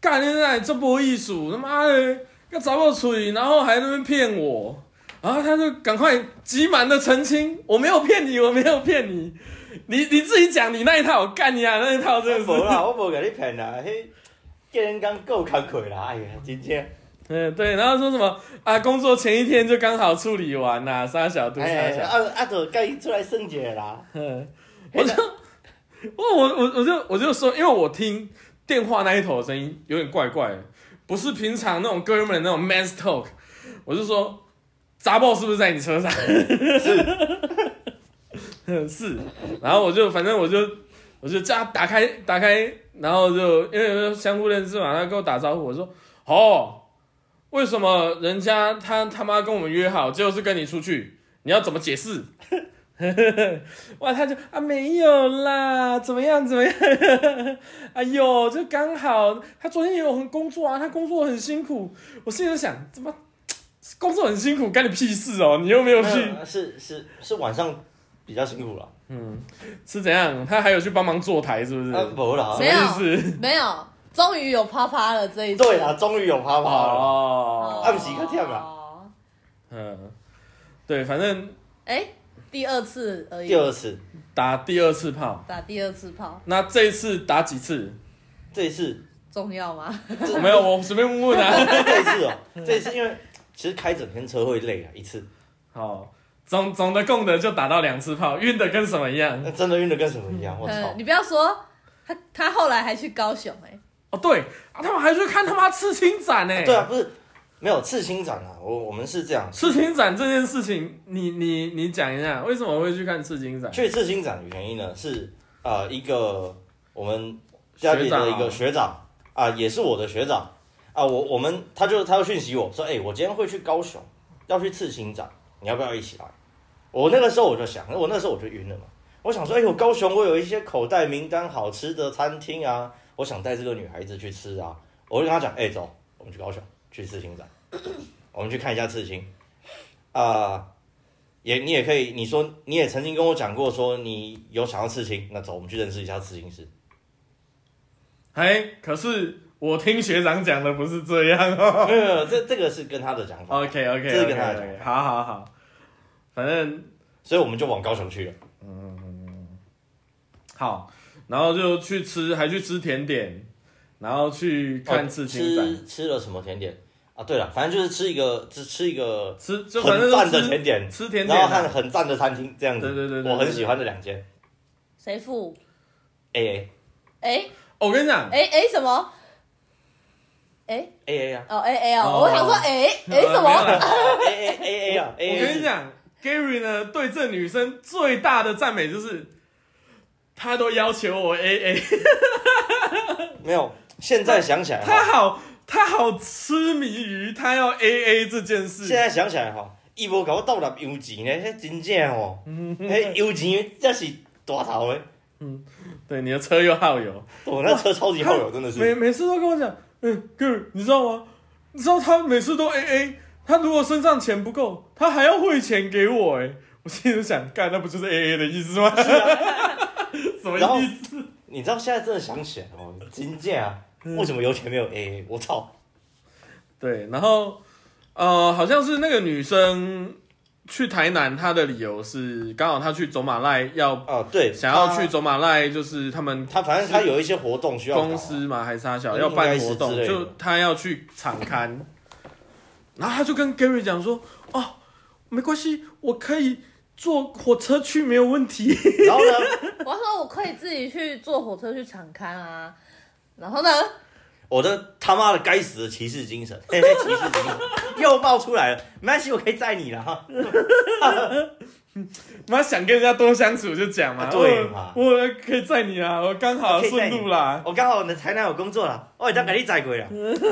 S1: 干现在这波艺术他妈的要找我嘴，然后还在那边骗我，然后他就赶快急忙的澄清，我没有骗你，我没有骗你，你你自己讲你那一套，干你啊那一套真的是
S3: 无。啦， 我无甲你骗啦，迄叫人讲够工课啦，哎呀，真正，
S1: 嗯，对，然后说什么啊？工作前一天就刚好处理完啦、杀小都杀
S3: 哎，
S1: 小，
S3: 啊啊，就甲伊出来算一下啦，
S1: 嗯，我就我我我我就我就说，因为我听电话那一头的声音有点怪怪的，不是平常那种哥们的那种 man's talk，我就说杂报是不是在你车上？是， 是，然后我就反正我就我就叫他打开打开，然后就因为相互认识嘛，他跟我打招呼，我说哦。为什么人家他他妈跟我们约好，就是跟你出去？你要怎么解释？ 哇，他就啊没有啦，怎么样怎么样？ 哎呦，就刚好他昨天也有很工作啊，他工作很辛苦。我心里就想，怎么工作很辛苦，干你屁事哦？你又没有去，
S3: 嗯是是是晚上比较辛苦啦，
S1: 嗯是怎样？他还有去帮忙做台，是不是？
S3: 啊，无啦
S1: 什，
S2: 谁
S1: 么意思？
S2: 没有，终于有啪啪了这一次。
S3: 对
S1: 啊
S3: 啦，终于有啪啪了，
S1: 哦，
S3: 啊不是还跳啦
S2: 哦
S1: 嗯，对，反正
S2: 哎，第二次而已。
S3: 第二次，
S1: 打第二次炮，
S2: 打第二次炮
S1: 那这一次打几次？
S3: 这一次，
S2: 重要吗？
S1: 没有，我随便问问啊。
S3: 这一次哦，这一次因为其实开整天车会累啊，一次，
S1: 好，总总的共的就打到两次炮，晕的跟什么一样？
S3: 那真的晕的跟什么一样，我
S2: 呃
S3: 操，
S2: 你不要说，他他后来还去高雄哎、
S1: 哦，对啊，他们还去看他妈刺青展欸呢、
S3: 对啊，，不是。没有刺青展啊，我我们是这样，
S1: 刺青展这件事情，你你你讲一下，为什么会去看刺青展？
S3: 去刺青展的原因呢是呃一个我们家里的一个学长啊、也是我的学长啊、我我们他就他就讯息我说，哎、我今天会去高雄，要去刺青展，你要不要一起来？我那个时候我就想，我那时候我就晕了嘛，我想说，哎、呦，高雄我有一些口袋名单好吃的餐厅啊，我想带这个女孩子去吃啊，我就跟他讲，哎、走，我们去高雄去刺青展，我们去看一下刺青啊。也你也可以，你说你也曾经跟我讲过，说你有想要刺青，那走，我们去认识一下刺青师。
S1: 哎，可是我听学长讲的不是这样哦。
S3: 没有没有，这这个是跟他的讲法，
S1: OK OK
S3: 这
S1: OK
S3: 个太
S1: OK，好好好，反正
S3: 所以我们就往高雄去了。
S1: 好，然后就去吃，还去吃甜点，然后去看刺青展，
S3: 哦吃吃了什么甜点啊？对了，反正就是吃一个，吃吃一个
S1: 吃就反正
S3: 很
S1: 就
S3: 赞的
S1: 吃
S3: 甜点，
S1: 吃甜
S3: 然
S1: 点
S3: 后
S1: 啊、
S3: 和很赞的餐厅这样子。
S1: 对对对对
S3: 我很喜欢的两间。
S2: 谁付？
S3: A
S2: 哎
S1: 哦我跟你讲，
S2: 哎哎什么？哎、
S3: A A A 啊
S2: 哦哎哎哦，
S1: 哦
S2: 我想说哎哎、什
S1: 呃没有
S2: 么？
S1: 啦
S3: ，A A A A 啊，A
S1: 我
S3: A。
S1: 跟你，讲，Gary 呢对这女生最大的赞美就是，他都要求我 AA，
S3: 没有，现在想起来
S1: 他
S3: 哈，
S1: 好他好痴迷于他要 AA 这件事。
S3: 现在想起来哈，伊无甲我倒立油钱呢，那真正哦，
S1: 嗯
S3: 那油钱才是大头的。
S1: 对，你的车又耗油，
S3: 我那车超级好友，真的
S1: 每
S3: 是。
S1: 每次都跟我讲，嗯，Gary，你知道吗？你知道他每次都 AA，他如果身上钱不够，他还要汇钱给我、哎，我心里就想，干，那不就是 AA 的意 思吗？ 什么
S3: 啊然后
S1: 意思？
S3: 你知道现在真的想起来哦，金价啊，为什么油钱没有 AA？我操！
S1: 对，然后呃，好像是那个女生去台南，她的理由是刚好她去走马赖要
S3: 啊，对，
S1: 想要去
S3: 他，
S1: 走马赖，就是他们
S3: 他反正他有一些活动需要搞啊
S1: 公司嘛还是她小
S3: 呃应
S1: 要办
S3: 该是
S1: 活
S3: 之
S1: 动，
S3: 类的
S1: 就她要去场刊， 然后她就跟 Gary 讲说，哦，没关系，我可以坐火车去，没有问题。
S3: 然后呢，
S2: 我说我可以自己去坐火车去敞开啊，然后呢？
S3: 我的他妈的该死的骑士精神，嘿嘿骑士精 神又爆出来了。没关系，我可以载你了哈。
S1: 妈想跟人家多相处就讲嘛，
S3: 啊对嘛
S1: 我我可以载你啊，我刚好
S3: 可以载
S1: 顺
S3: 你
S1: 路啦，
S3: 我刚好在台南有工作了，我也当给你载过 了。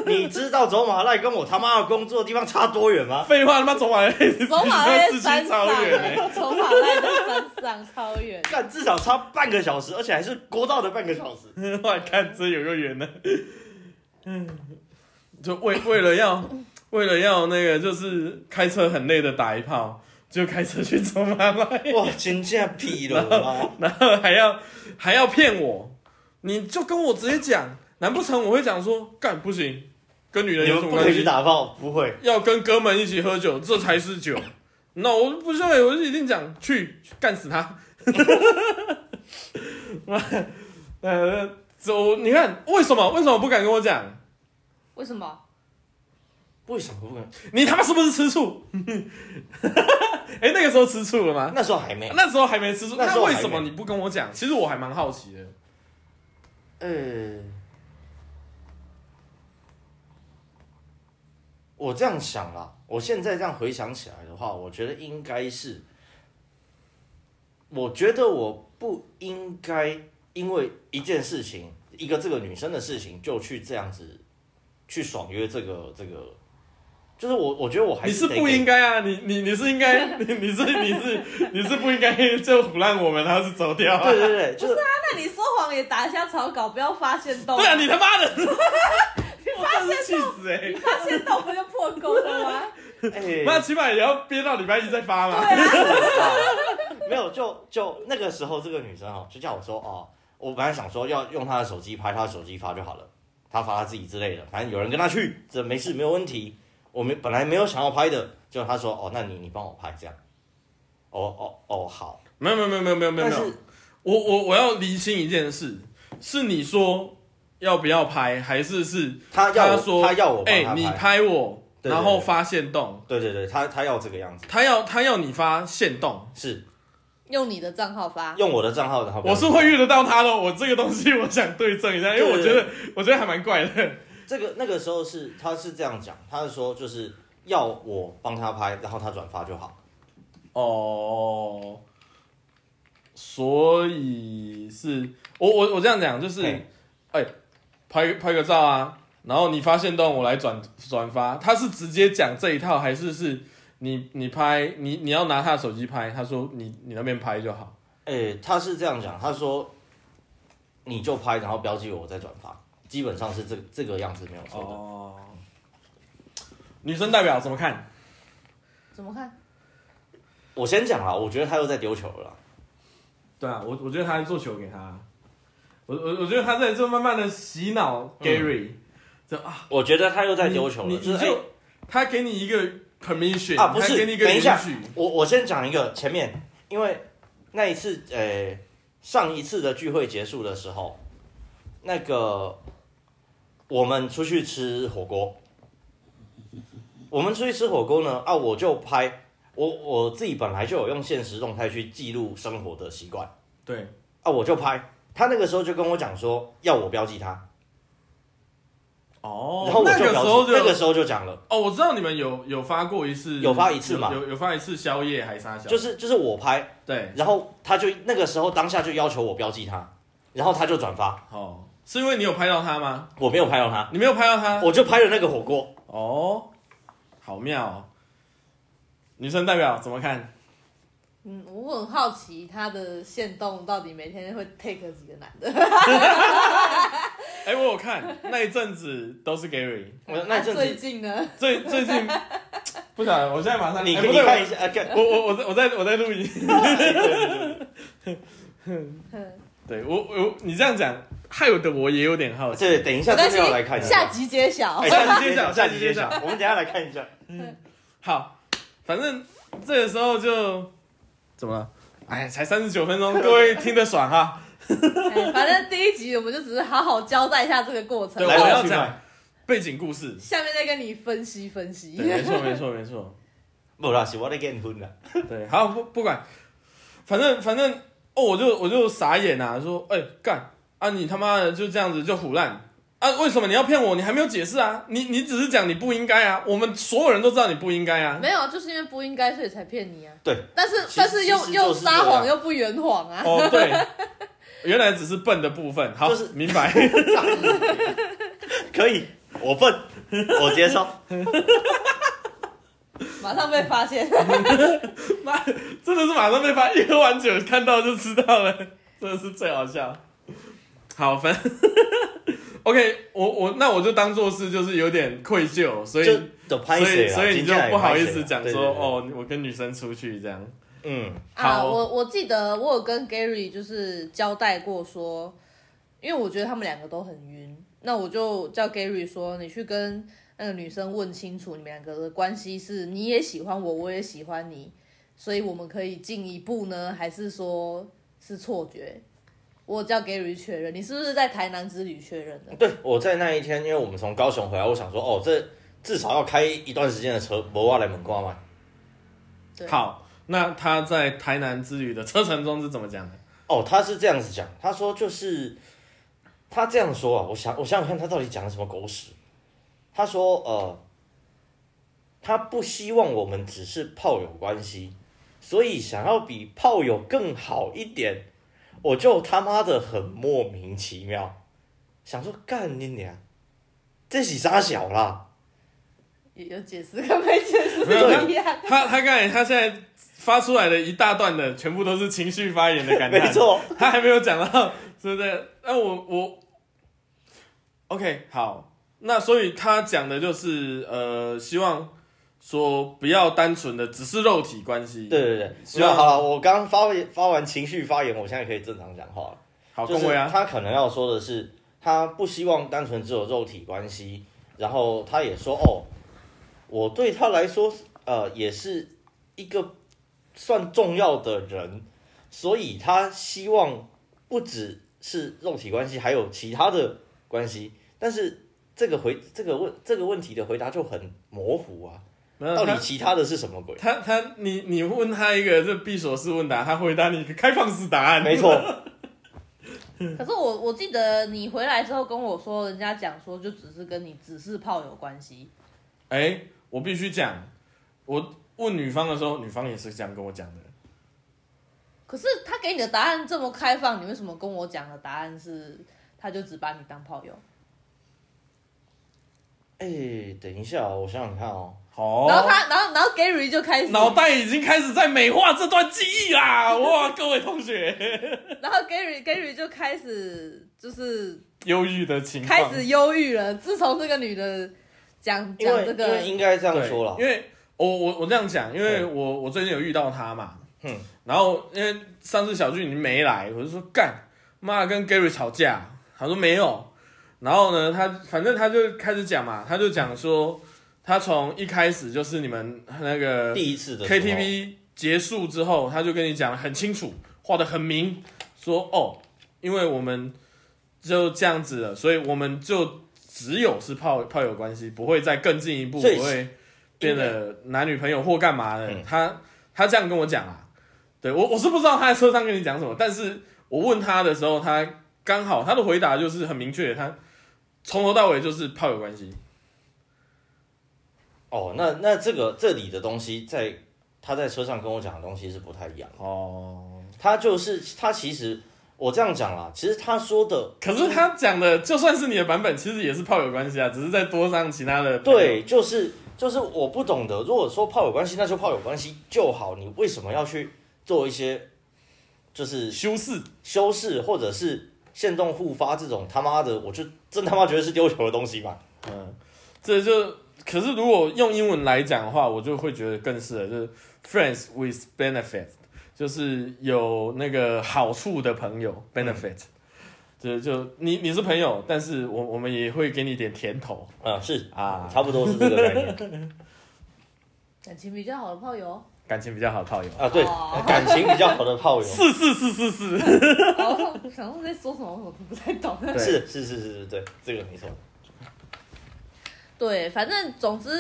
S3: 你知道走马赖跟我他妈的工作地方差多远吗？
S1: 废话他妈走马来
S2: 走 马在
S1: 市
S2: 山
S1: 区超
S2: 上
S1: 远欸，
S2: 欸，走马在山上超远。
S3: 干至少差半个小时，而且还是国道的半个小 时。
S1: 我看真有个缘呢。嗯， 就为为了要为了要那个就是开车很累的打一炮，就开车去走马来，
S3: 哇，真正疲了啊！
S1: 然后还要还要骗我，你就跟我直接讲，难不成我会讲说干不行，跟女人
S3: 你
S1: 有
S3: 们
S1: 什么
S3: 不可
S1: 关
S3: 以去
S1: 系？
S3: 打炮，不会。
S1: 要跟哥们一起喝酒，这才是酒。那我不是，我就一定讲去干死他。 呃，走，你看为什么为什么不敢跟我讲？
S2: 为什么？啊
S3: 为什么不可能？
S1: 你他妈是不是吃醋？ 哎、那个时候吃醋了吗？
S3: 那时候还没。
S1: 那时候还没吃醋，
S3: 那时候
S1: 那为
S3: 还
S1: 什
S3: 没
S1: 么你不跟我讲？其实我还蛮好奇的。
S3: 呃，我这样想啦，我现在这样回想起来的话，我觉得应该是，我觉得我不应该因为一件事情，一个这个女生的事情，就去这样子去爽约这个这个，就是我我觉得我还
S1: 你是
S3: 是
S1: 不应
S3: 该
S1: 该啊，你你你是应该， 你你是你是你是不应该就唬烂我们，然后是走掉、啊
S3: 对。对对， 就是
S2: 那你说谎也打一下草稿，不要发现洞。
S1: 对啊，你他妈的，
S2: 你
S1: 我
S2: 发
S1: 真是
S2: 现
S1: 气
S2: 洞，
S1: 死哎、
S2: 你发现洞不就破功了吗？
S3: 哎
S1: 那起码也要憋到礼拜一再发嘛。
S2: 啊
S3: 没有，就就那个时候，这个女生哦，就叫我说哦，我本来想说要用她的手机拍她的手机发就好了，她发她自己之类的，反正有人跟她去，这没事没有问题。我没本来没有想要拍的，就她说哦，那你你帮我拍这样。哦哦哦，好。
S1: 没有没有没有没有没有没有
S3: 但
S1: 没有
S3: 是，
S1: 我我我要厘清一件事，是你说要不要拍，还是是
S3: 她要
S1: 他
S3: 我
S1: 说
S3: 她要我帮
S1: 哎、
S3: 她
S1: 你
S3: 拍，
S1: 拍我，
S3: 对对对
S1: 然后发现动，
S3: 对对对，她她要这个样子，
S1: 他要他要你发现动，
S3: 是
S2: 用你的账号发。
S3: 用我的账号，然后
S1: 我是会遇得到他的。哦我这个东西我想对证一下，因为我
S3: 对
S1: 觉
S3: 对
S1: 得我觉得还蛮怪的。
S3: 这个那个时候是她是这样讲，她是说就是要我帮她拍，然后她转发就好。
S1: 哦，所以是我我我这样讲就是，哎
S3: 嘿、
S1: 拍拍个照啊，然后你发现动我来转转发，他是直接讲这一套，还是是你你拍你你要拿他的手机拍，他说你你那边拍就好，
S3: 诶、他是这样讲，他说你就拍，然后标记我，我再转发，基本上是这这个样子没有错的。
S1: 哦，女生代表怎么看？
S2: 怎么看？
S3: 我先讲啦，我觉得他又在丢球了啦。
S1: 对啊，我我觉得他在做球给他，我我我觉得他在就慢慢的洗脑 Gary，、就啊。
S3: 我觉得他又在丢球
S1: 你
S3: 了，
S1: 你
S3: 就是
S1: 就哎
S3: 诶
S1: 他给你一个 permission
S3: 啊不
S1: 他
S3: 是
S1: 给你一个
S3: 等
S1: 允
S3: 一下
S1: 许，
S3: 我我先讲一个前面，因为那一次诶、上一次的聚会结束的时候，那个我们出去吃火锅，我们出去吃火锅呢啊，我就拍。我我自己本来就有用现实动态去记录生活的习惯，
S1: 对，
S3: 啊，我就拍。他那个时候就跟我讲说要我标记他，
S1: 哦
S3: 然后我
S1: 那
S3: 就
S1: 个
S3: 标
S1: 时
S3: 记，
S1: 候就
S3: 哦那个时候就讲了，
S1: 哦，我知道你们有有发过一次，
S3: 有发一次嘛
S1: 有有有发一次宵夜还啥小，
S3: 就是就是我拍，
S1: 对，
S3: 然后他就那个时候当下就要求我标记他，然后他就转发，
S1: 哦，是因为你有拍到他吗？
S3: 我没有拍到他，
S1: 你没有拍到他，
S3: 我就拍了那个火锅。
S1: 哦，好妙哦，女生代表怎么看？
S2: 嗯，我很好奇他的线动到底每天会 take 几个男的。
S1: 哎，我有看那一阵子都是 Gary，
S3: 我那一阵
S2: 啊最
S3: 子，
S2: 近 呢？
S1: 最最近不晓得，我现在马上
S3: 你
S1: 哎
S3: 你
S1: 不对，
S3: 看一
S1: 我
S3: 下，啊，看
S1: 我我我在我在我在录音。
S2: 嗯
S1: 对我我你这样讲，害得我也有点好奇。
S3: 对，等一下
S2: 我
S3: 真
S2: 担
S3: 的
S2: 心
S3: 要来看一
S2: 下集揭晓
S3: 哎，。
S1: 哦下
S3: 下
S1: 集揭
S3: 集
S1: 晓
S3: 揭晓，
S1: 下
S3: 下
S1: 集
S3: 集
S1: 揭
S3: 揭
S1: 晓
S3: 晓，我们等一下来看一下。
S1: 好，反正这个时候就怎么了？哎，才三十九分钟，各位听得爽 哈。
S2: 哎反正第一集我们就只是好好交代一下这个过程
S1: 对，，
S3: 来
S1: 我
S3: 吧
S1: 要
S3: 去
S1: 讲
S3: 吧
S1: 背景故事。
S2: 下面再跟你分析分析。
S1: 对，没错，没错，没错。
S3: 不啦，是我在跟你分啦。
S1: 对，好不不管，反正反正哦，我就我就傻眼啊，说哎干啊你他妈的就这样子就胡烂啊，为什么你要骗我？你还没有解释啊！你你只是讲你不应该啊，我们所有人都知道你不应该啊。
S2: 没有，就是因为不应该，所以才骗你啊。
S3: 对，
S2: 但是
S3: 其实
S2: 但是
S3: 其
S2: 又
S3: 实
S2: 又
S3: 就是这啊样
S2: 撒谎又不圆谎啊。
S1: 哦， 对，原来只是笨的部分，好，
S3: 就是
S1: 明 白。
S3: 可以，我笨，我接受。
S2: 马上被发现，
S1: 妈，真的是马上被发，一喝完酒看到就知道了，真的是最好笑。好，反 正 OK，我我那我就当做是就是有点愧疚，所以
S3: 就的拍
S1: 所以
S3: 谁
S1: 所以你就不好意思讲说，哦，我跟女生出去这样。
S3: 对对对嗯，
S2: 啊，
S1: 好
S2: 我我记得我有跟 Gary 就是交代过说，因为我觉得他们两个都很晕，那我就叫 Gary 说，你去跟那个女生问清楚，你们两个的关系是你也喜欢我，我也喜欢你，所以我们可以进一步呢，还是说是错觉？我叫 Gary 确认，你是不是在台南之旅确认的？
S3: 对，我在那一天，因为我们从高雄回来，我想说，哦，这至少要开一段时间的车，不要来门挂嘛。
S2: 对，
S1: 好，那他在台南之旅的车程中是怎么讲的？
S3: 哦，他是这样子讲，他说就是他这样说啊，我想我想想看他到底讲了什么狗屎。他说呃，他不希望我们只是炮友关系，所以想要比炮友更好一点，我就他妈的很莫名其妙，想说干你娘，这喜啥小啦？
S2: 有有解释跟没解释
S1: 没有
S2: 一样。
S1: 他他刚才他现在发出来的一大段的，全部都是情绪发言的感叹。
S3: 没错，
S1: 他还没有讲到，是不是？那我我，OK，好，那所以他讲的就是呃，希望说不要单纯的只是肉体关系，
S3: 对，对对，
S1: 希
S3: 那
S1: 望
S3: 好了，我刚发言发完情绪发言，我现在可以正常讲话了。
S1: 好
S3: 就
S1: 恭
S3: 是
S1: 维啊，
S3: 他可能要说的是，他不希望单纯只有肉体关系，然后他也说哦，我对他来说，呃，也是一个算重要的人，所以他希望不只是肉体关系，还有其他的关系。但是这个回这个问这个问题的回答就很模糊啊，
S1: 没有
S3: 到底
S1: 他
S3: 其他的是什么 鬼？
S1: 他他你你问他一个这闭锁式问答，他回答你一个开放式答案，
S3: 没错，
S2: 可是我我记得你回来之后跟我说，人家讲说就只是跟你只是炮友关系，
S1: 哎、我必须讲，我问女方的时候，女方也是这样跟我讲的。
S2: 可是他给你的答案这么开放，你为什么跟我讲的答案是他就只把你当炮友？
S3: 哎、等一下，我想想看哦。
S1: 好、
S2: 然后他然后然后 Gary 就开始，
S1: 脑袋已经开始在美化这段记忆啦！哇，各位同学，
S2: 然后 Gary Gary 就开始就是
S1: 忧郁的情况
S2: 开始忧郁了。自从这个女的讲
S3: 因
S2: 讲
S3: 为
S2: 这
S3: 因为
S2: 个，
S3: 应该这样
S1: 对，
S3: 说了，
S1: 因为我我我这样讲，因为
S3: 对
S1: 我我最近有遇到他嘛，
S3: 嗯
S1: 然后因为上次小俊已经没来，我就说干妈跟 Gary 吵架，他说没有，然后呢，他反正他就开始讲嘛，他就讲说他从一开始就是你们那个
S3: 第一次的时候
S1: KTV 结束之后，他就跟你讲很清楚，画的很明，说哦，因为我们就这样子了，所以我们就只有是炮炮友关系，不会再更进一步，不
S3: 所以
S1: 会变得男女朋友或干嘛的。
S3: 嗯
S1: 他他这样跟我讲啊，对我我是不知道他在车上跟你讲什么，但是我问他的时候，他刚好他的回答就是很明确，他从头到尾就是炮友关系。
S3: 哦，那那这个这里的东西在，他在车上跟我讲的东西是不太一样的。
S1: 哦，
S3: 他就是他其实我这样讲啦，其实他说的
S1: 可是他讲的就算是你的版本，其实也是炮友关系啊，只是再多上其他的。，
S3: 对，就是就是我不懂得。如果说炮友关系，那就炮友关系就好，你为什么要去做一些就是
S1: 修饰
S3: 修饰或者是限动互发这种他妈的，我就真他妈觉得是丢球的东西嘛？
S1: 嗯，这就可是如果用英文来讲的话，我就会觉得更适合，就是 friends with benefit，就是有那个好处的朋友 benefit，、就是就你你是朋友，但是我我们也会给你点甜头
S3: 嗯，是
S1: 啊，
S3: 差不多是这个概念
S2: 感情比较好的炮友，
S1: 感情比较好的炮友。
S3: 啊。对
S2: 哦，
S3: 感情比较好的炮友
S1: 是是是是是，
S2: 然后哦想说在说什么，我都不太懂。
S1: 对
S3: 是是是是是，对，这个没错。
S2: 对，反正总之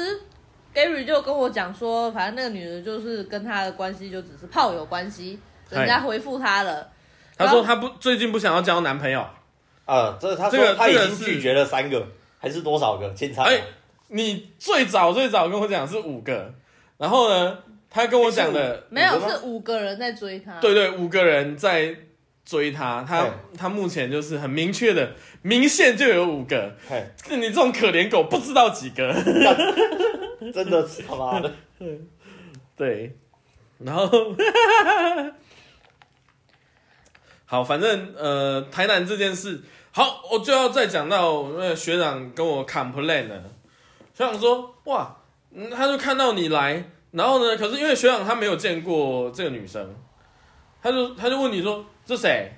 S2: ，Gary 就跟我讲说，反正那个女的就是跟他的关系就只是炮友关系，
S1: 嗨
S2: 人家回复他了。
S1: 他说他不最近不想要交男朋友，
S3: 啊，这他
S1: 这
S3: 说
S1: 个
S3: 他已
S1: 这个
S3: 经
S1: 是
S3: 拒绝了三个，还是多少个？清仓啊？
S1: 哎你最早最早跟我讲是五个，然后呢，他跟我讲的，
S2: 没有
S3: 五个吗
S2: 是五个人在追他，
S1: 对对，五个人在追他，他
S3: 哎
S1: 他目前就是很明确的，明线就有五个，
S3: 嘿，
S1: 你这种可怜狗不知道几个。
S3: 真的是他妈 的，
S1: 对，然后 好，反正呃，台南这件事，好，我就要再讲到那个学长跟我 complain 了，学长说哇、嗯他就看到你来，然后呢，可是因为学长他没有见过这个女生，他就他就问你说这谁？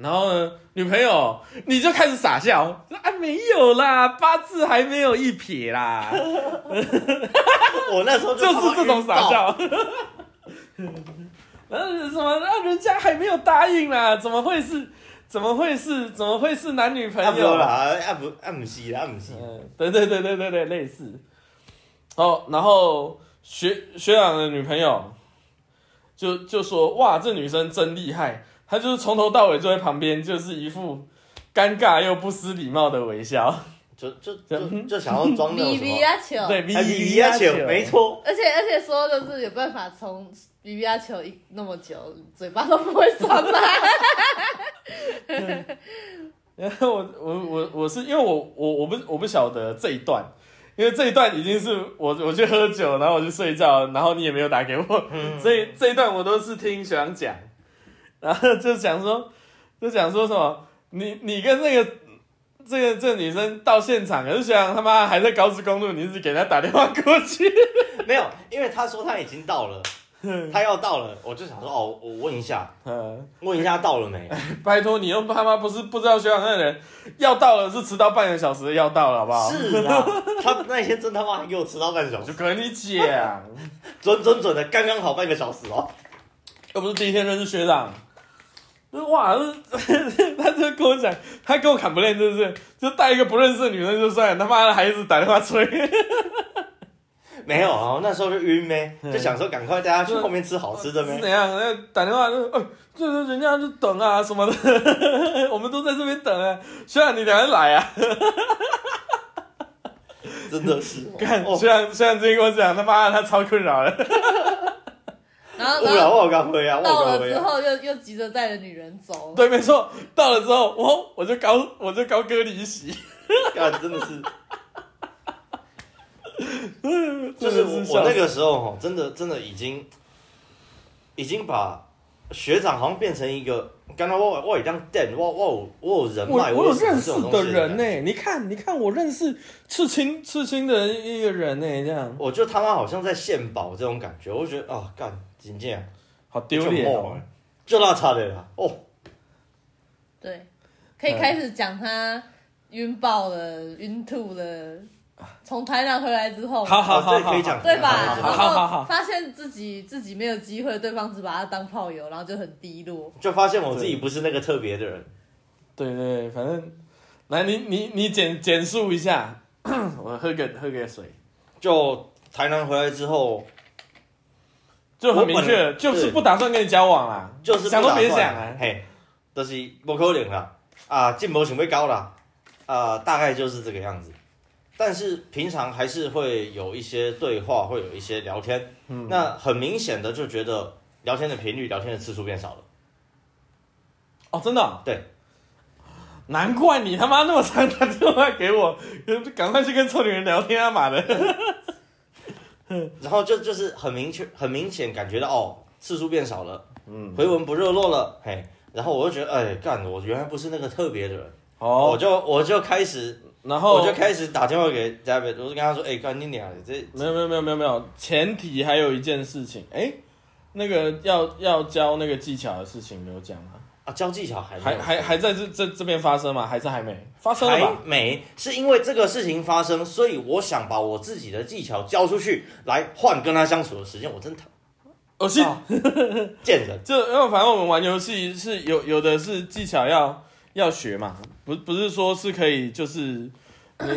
S1: 然后呢，女朋友你就开始傻笑， 说啊没有啦，八字还没有一撇啦，
S3: 我那时候
S1: 就
S3: 他妈
S1: 是这种傻
S3: 晕 爆，
S1: 笑。然后什么？让人家还没有答应啦？怎么会是？怎么会是？怎么会是男女朋
S3: 啊不
S1: 友
S3: 啦，？啊不啊不是啦，啊不是，
S1: 嗯，对对对对对对，类似。哦，然后学学长的女朋友就就说：“哇，这女生真厉害！”她就是从头到尾就在旁边，就是一副尴尬又不失礼貌的微笑。
S3: 就就
S1: 嗯
S3: 就就想要装那种
S2: 比
S3: 什
S2: 比
S3: 么。
S2: 亚球，
S1: 对，
S3: 哎比亚球，没错，
S2: 而且而且说的是有办法从比比亚球一那么久，嘴巴都不会酸吗？
S1: 然后 我我我我是因为我我我不我不晓得这一段，因为这一段已经是我我去喝酒，然后我去睡觉，然后你也没有打给我， 所以这一段我都是听学长讲，然后就讲说就讲说什么你你跟那个这个这个女生到现场，可是学长他妈还在高速公路，你一直给他打电话过去，
S3: 没有，因为他说他已经到了，他要到了，我就想说哦，我问一下，
S1: 嗯，
S3: 问一下到了没？
S1: 拜托你又他妈不是不知道学长那个人要到了是迟到半个小时的要到了好不好？
S3: 是啊，他那天真他妈还给我迟到半小
S1: 我
S3: 时，
S1: 就跟你讲。
S3: 准准准的，刚刚好半个小时哦。
S1: 又不是第一天认识学长，就是哇，就是 他就跟我讲，他跟我砍不练，就是就带一个不认识的女生就算了，他妈的还一直打电话催，
S3: 没有啊，那时候就晕呗，就想说赶快带他去后面吃好吃的
S1: 是
S3: 呗。
S1: 怎样？那打电话就，哎、就是人家就等啊什么的， 我们都在这边等啊，学长你赶快来啊！
S3: 真 的是，
S1: 看，
S3: 哦
S1: 学长学长直接跟我讲，他妈的他超困扰的，
S2: 然后
S3: 不
S2: 然
S3: 然
S2: 后
S3: 哦我刚回啊，我
S2: 到
S3: 刚
S2: 了
S3: 回
S2: 之
S3: 啊。
S2: 后又又急着带着女人走，
S1: 对，没错，到了之后，哦我我就高我就高歌离席，
S3: 干，真的是，
S1: 真
S3: 就是
S1: 的
S3: 我
S1: 笑
S3: 我那
S1: 死
S3: 个时候吼，真的真的已经，已经把学长好像变成一个，刚才我我有一张店，我我有我有人
S1: 我
S3: 脉，
S1: 我
S3: 有
S1: 有认
S3: 识
S1: 识的人欸呢、
S3: 呢。
S1: 你看你看我认识刺青刺青的一个人呢、这样
S3: 我就他妈好像在献宝这种感觉，我就觉得啊，干，真这样
S1: 好丢脸哦、，
S3: 就那差的啦，哦，
S2: 对，可以开始讲他晕爆了、晕吐了，从台南回来之后，
S1: 好好好
S3: 哦这可以讲
S2: 对吧？
S3: 好
S2: 然
S1: 好
S3: 好
S1: 好好
S2: 后发现自己自己没有机会，对方只把他当炮友，然后就很低落。
S3: 就发现我自己不是那个特别的人，
S1: 对对对，反正来你你你简简述一 下，我喝个喝个水，
S3: 就台南回来之后，
S1: 就很明确
S3: 我本
S1: 了，
S3: 来
S1: 就是不打算跟你交往啦，
S3: 就是不
S1: 想都别
S3: 打算
S1: 想啊。
S3: 嘿，就是不可能啦，啊，进步想要高啦，啊，大概就是这个样子。但是平常还是会有一些对话，会有一些聊天，
S1: 嗯
S3: 那很明显的就觉得聊天的频率、聊天的次数变少了。
S1: 哦，真的哦、
S3: 对
S1: 难怪你他妈那么常打电话给我，赶快去跟臭女人聊天啊，妈的！
S3: 然后就就是很明确、很明显感觉到哦，次数变少了，
S1: 嗯，
S3: 回文不热络了，嘿，然后我就觉得，哎，干，我原来不是那个特别的人，我
S1: 哦，
S3: 就我就开始
S1: 然后
S3: 我就开始打电话给嘉宾，我就跟他说：“哎、干你娘的，这
S1: 没有没有没有没有没有，前提还有一件事情，哎、那个要要教那个技巧的事情没有讲吗？
S3: 啊交际小孩
S1: 还还还在这这这边发生吗？还是还没发生了
S3: 还
S1: 吧？
S3: 没，是因为这个事情发生，所以我想把我自己的技巧交出去，来换跟他相处的时间。我真的
S1: 恶心。
S3: 贱人，
S1: 就因为反正我们玩游戏是有有的是技巧要要学嘛，不不是说是可以就是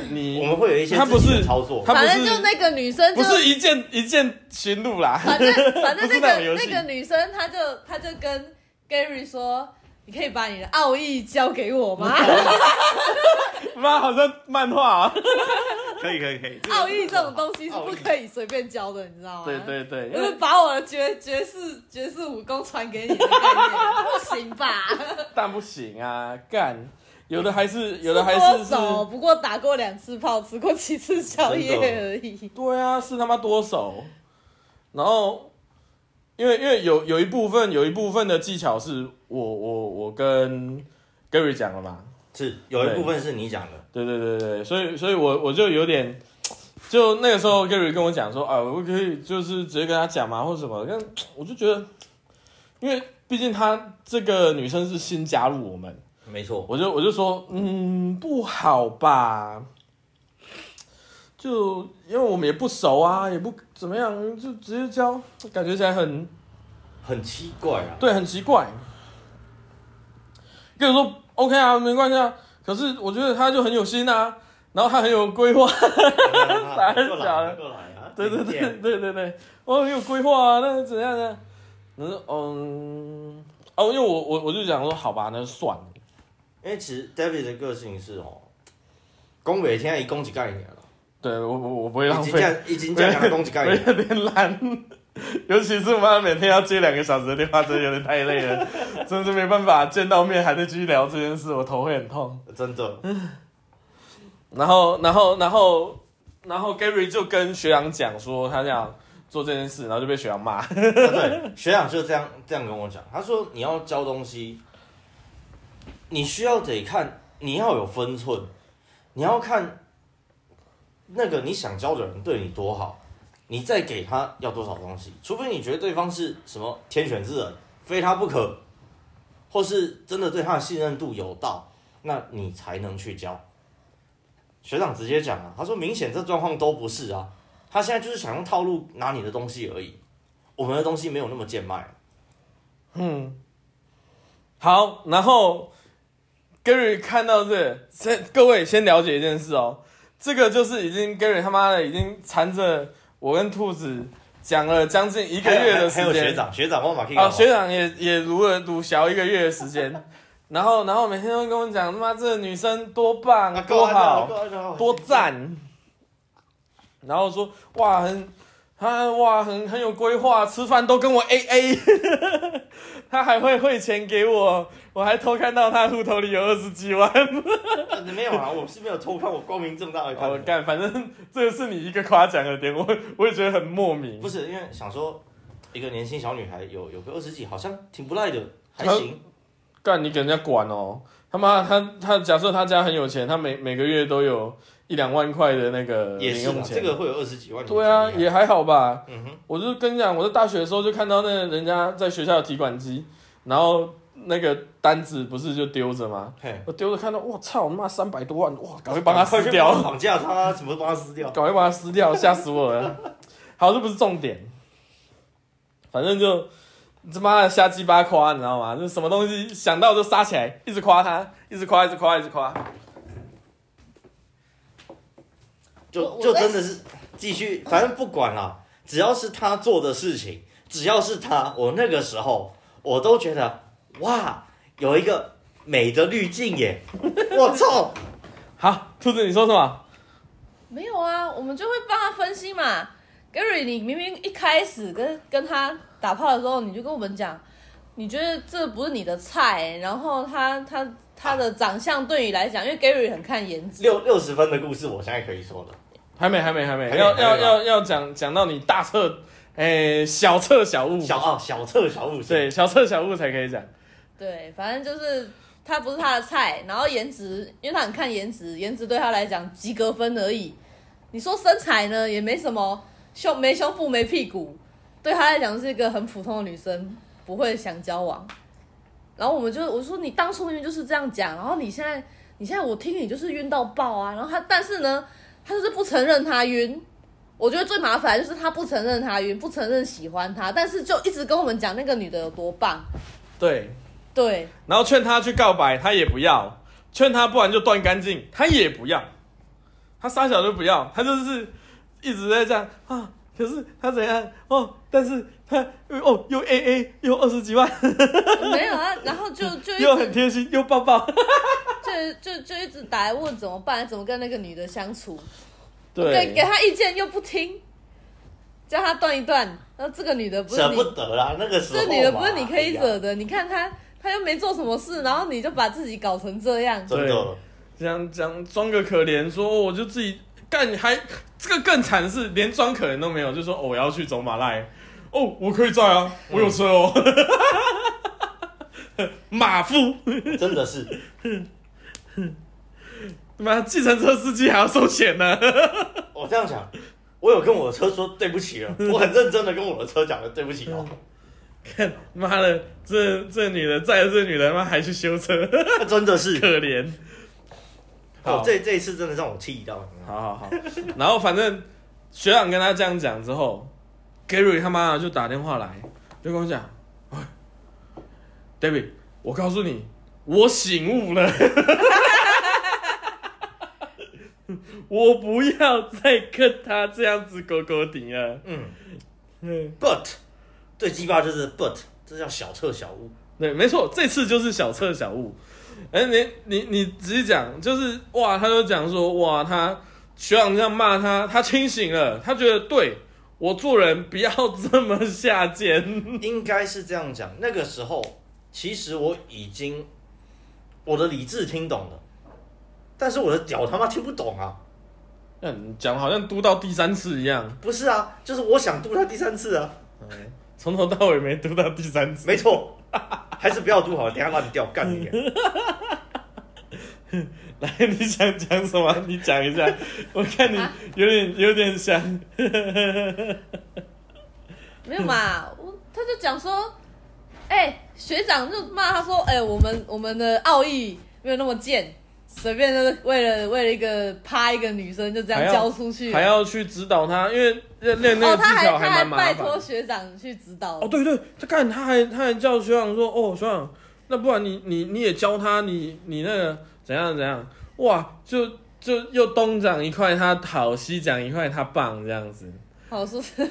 S1: 你
S3: 我
S1: 你
S3: 们会有一些
S1: 他不是
S3: 自己的操作，
S1: 他不
S2: 反
S1: 是
S2: 正就那个女生就
S1: 不，是一键一键寻路啦，
S2: 反正反正
S1: 不是
S2: 那
S1: 那种
S2: 个
S1: 游戏
S2: 那个女生，她就她就跟 Gary 说。你可以把你的奥义交给我吗？
S1: 妈，好像漫画、啊。
S4: 可以可以可以，
S2: 奥义这种东西是不可以随便教的，你知道吗？
S1: 对对对，因
S2: 我就
S1: 为
S2: 是把我的绝绝世绝世武功传给你的 概念，不行吧？
S1: 但不行啊，干，有的还是有的还
S2: 多
S1: 是是，
S2: 手，不过打过两次炮，吃过几次宵夜
S3: 真的
S2: 而已。
S1: 对啊，是他妈多手。然后，因为因为有有一部分有一部分的技巧是我我我跟 Gary 讲了嘛，
S3: 是有一部分是你讲的，
S1: 对对对对，所以所以我我就有点，就那个时候 Gary 跟我讲说啊，我可以就是直接跟他讲嘛，或者什么，但我就觉得，因为毕竟她这个女生是新加入我们，
S3: 没错。
S1: 我就我就说，嗯，不好吧，就因为我们也不熟啊，也不怎么样，就直接教，感觉起来很
S3: 很奇怪啊，
S1: 对，很奇怪。跟我说 OK 啊，没关系啊，可是我觉得他就很有心啊，然后他很有规 划，
S3: 傻
S1: 傻的假的
S3: 过来啊！
S1: 啊对对
S3: 你
S1: 对
S3: 点
S1: 对对对，我很有规划啊，那怎样呢？然后说嗯，哦，因为我我我就想说，好吧，那就算了。
S3: 因为其实 David 的个性是哦，宫北天一攻击概念了，
S1: 对我我我不会浪
S3: 已经
S1: 费
S3: 这，样已经这样攻击概
S1: 我
S3: 念，
S1: 有点懒， 尤其是我妈每天要接两个小时的电话，真的有点太累了， 真的是没办法，见到面还在继续聊这件事，我头会很痛。
S3: 真的
S1: 然后，然后，然后，然后 Gary 就跟学长讲说他想做这件事，然后就被学长 骂。
S3: 啊对，学长就这样这样跟我讲，他说你要教东西，你需要得看，你要有分寸，你要看那个你想教的人对你多好，你再给他要多少东西，除非你觉得对方是什么天选之人，非他不可，或是真的对他的信任度有到，那你才能去教。学长直接讲啊了、他说明显这状况都不是啊，他现在就是想用套路拿你的东西而已。我们的东西没有那么贱卖。
S1: 嗯好，然后 Gary 看到这，先各位先了解一件事哦，这个就是已经 Gary 他妈的已经缠着我跟兔子讲了将近一个月的时
S3: 还有还有学
S1: 间，
S3: 长，哦学长我马可以
S1: 啊，学长也也如了如小一个月的时间，然后然后每天都跟我讲他妈这个女生多棒、
S3: 啊，够
S1: 多
S3: 了
S1: 好，
S3: 够了啊够了
S1: 多赞。然后说哇很，他哇很很有规划，吃饭都跟我 A A，他还会汇钱给我，我还偷看到他户头里有二十几万。
S3: 呃 没有啊，我是没有偷看，我光明正大的看
S1: 我
S3: 的。
S1: 哦干，反正这个是你一个夸奖的点，我我也觉得很莫名
S3: 不。是因为想说，一个年轻小女孩有有个二十几，好像挺不赖的，还行。
S1: 干，你给人家管哦，他妈他他假设他家很有钱，他每每个月都有一两万块的那个
S3: 也
S1: 零
S3: 是
S1: 用
S3: 啊，
S1: 钱，
S3: 这个会有二十几万。
S1: 对啊，
S3: 你觉得厉害
S1: 也还好吧。
S3: 嗯哼，
S1: 我就跟你讲，我在大学的时候就看到那个人家在学校的提款机，然后那个单子不是就丢着吗？
S3: 嘿，
S1: 我丢着看到，我操，他妈三百多万，哇，赶快帮他撕掉
S3: 快去帮，他绑架他，怎么帮他撕掉？
S1: 赶快帮他撕掉，吓死我了。 好，这不是重点，反正就他妈的瞎鸡巴夸，你知道吗？就什么东西想到就杀起来，一直夸他，一直夸，一直夸，一直夸。
S2: 我
S3: 就
S2: 我
S3: 就
S2: 在
S3: 真的是继续，反正不管啦，只要是他做的事情，只要是他，我那个时候我都觉得哇，有一个美的滤 镜耶！我操，
S1: 好，兔子，你说什么？
S2: 没有啊，我们就会帮他分析嘛。Gary，你明明一开始跟跟他打炮的时候，你就跟我们讲，你觉得这不是你的菜，然后他他他的长相对你来讲，因为 Gary 很看颜值，
S3: 六六十分的故事，我现在可以说了。
S1: 还没，还没，还没，
S3: 还没
S1: 要
S3: 还没吧
S1: 要要要讲讲到你大彻，哎、小彻小悟，
S3: 小啊，小测小五
S1: 对，小彻小悟才可以讲。
S2: 对，反正就是他不是他的菜，然后颜值，因为他很看颜值，颜值对他来讲及格分而已。你说身材呢，也没什么胸没胸部没屁股，对他来讲是一个很普通的女生，不会想交往。然后我们就我说你当初明明就是这样讲，然后你现在你现在我听你就是晕到爆啊，然后他但是呢，他就是不承认他晕。我觉得最麻烦的就是他不承认他晕，不承认喜欢他，但是就一直跟我们讲那个女的有多棒，
S1: 对，
S2: 对，
S1: 然后劝他去告白，他也不要；劝他不然就断干净，他也不要。他傻小就不要，他就是一直在这样啊。可是他怎样哦？但是哦，又 A A 又二十几万，
S2: 没有啊，然后 就就一
S1: 又很
S2: 直
S1: 贴心又抱抱。
S2: 就就就一直打来问怎么办，怎么跟那个女的相处，对，给
S1: 对，
S2: 他意见又不听，叫他断一断，然后这个女的不是
S3: 舍
S2: 你
S3: 不，得啦，那个时候
S2: 这女的
S3: 嘛
S2: 不是你可以
S3: 哎
S2: 惹
S3: 呀
S2: 的，你看她她又没做什么事，然后你就把自己搞成这样，
S3: 真的，
S1: 这样这样装个可怜，说哦我就自己干，还这个更惨是连装可怜都没有，就说、哦、我要去走马赖，哦，我可以载啊，我有车哦， 马夫，
S3: 真的是，
S1: 妈，计程车司机还要收钱呢。
S3: 我这样讲，我有跟我的车说对不起了，我很认真的跟我的车讲了对不起哦，
S1: 看妈的，这这女的载着这女人妈还去修车，
S3: 那真的是，
S1: 可怜。
S3: 哦，这这一次真的让我气到，你知道
S1: 好
S3: 吗
S1: 好好，然后反正学长跟他这样讲之后，Gary 他妈就打电话来，就跟我讲哎，David，我告诉你，我醒悟了， 我不要再跟他这样子勾勾顶了。
S3: 嗯
S1: 嗯，
S3: ，but 最鸡巴就是 but，这叫小彻小悟，
S1: 对，没错，这次就是小彻小悟。哎、你你你直接讲，就是哇，他就讲说哇，他学长这样骂他，他清醒了，他觉得对我做人不要这么下贱。
S3: 应该是这样讲。那个时候，其实我已经我的理智听懂了，但是我的屌他妈听不懂啊！
S1: 嗯，你讲得好像读到第三次一样，
S3: 不是啊，就是我想嘟他第三次啊，
S1: 从头到尾没读到第三次。
S3: 没错，还是不要嘟好了，等一下乱掉干你！
S1: 来，你想讲什么？你讲一 下，我看你
S2: 啊
S1: 有点有点想。
S2: 没有嘛，我他就讲说，哎、学长就骂他说，哎、我们我们的奥义没有那么贱，随便就是为了为了一个啪一个女生就这
S1: 还
S2: 样
S1: 要
S2: 交出去，
S1: 还要去指导他，因为练那
S2: 哦，
S1: 个
S2: 他
S1: 技
S2: 还
S1: 巧
S2: 他还
S1: 蛮麻
S2: 拜
S1: 烦的。
S2: 托学长去指导，
S1: 哦，对对，他干，他还他还叫学长说，哦，学长，那不然你你你也教他，你你那个怎样怎样，哇，就就又东讲一块他好，西讲一块他棒这样子，
S2: 好说是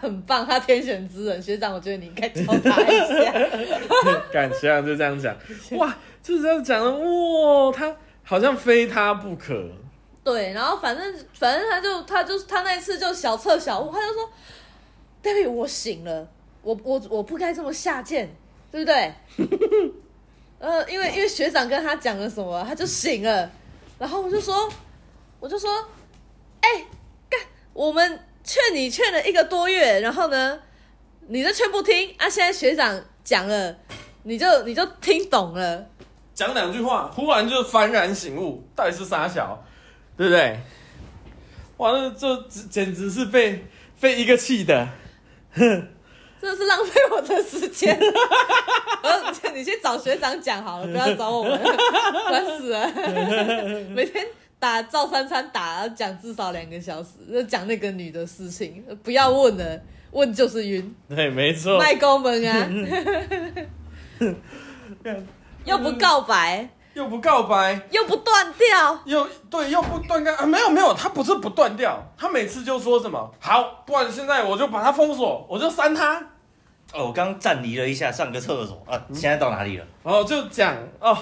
S2: 很棒，他天选之人，学长，我觉得你应该教他一下，
S1: 干学长就这样讲，哇，就这样讲的，哇，他好像非他不可，
S2: 对，然后反正反正他就他就他那一次就小测小悟，他就说，David，我醒了，我我我不该这么下贱，对不对？呃，因为因为学长跟他讲了什么，他就醒了，然后我就说，我就说，哎、干，我们劝你劝了一个多月，然后呢，你就劝不听啊，现在学长讲了，你就你就听懂了。
S1: 讲两句话，忽然就幡然醒悟，到底是傻小，对不对？哇，那这这简直是被被一个气的。
S2: 真的是浪费我的时间。我说你去找学长讲好了，不要找我们，烦死了。每天打照三餐打，讲至少两个小时，就讲那个女的事情，不要问了，问就是晕，
S1: 对，没错。
S2: 卖抠门啊，又不告白，
S1: 又不告白，
S2: 又不断掉，
S1: 又对又不断干啊？没有没有，他不是不断掉，他每次就说什么好，不然现在我就把他封锁，我就删他，
S3: 哦，我刚暂离了一下，上个厕所啊，现在到哪里了？
S1: 然后就讲哦，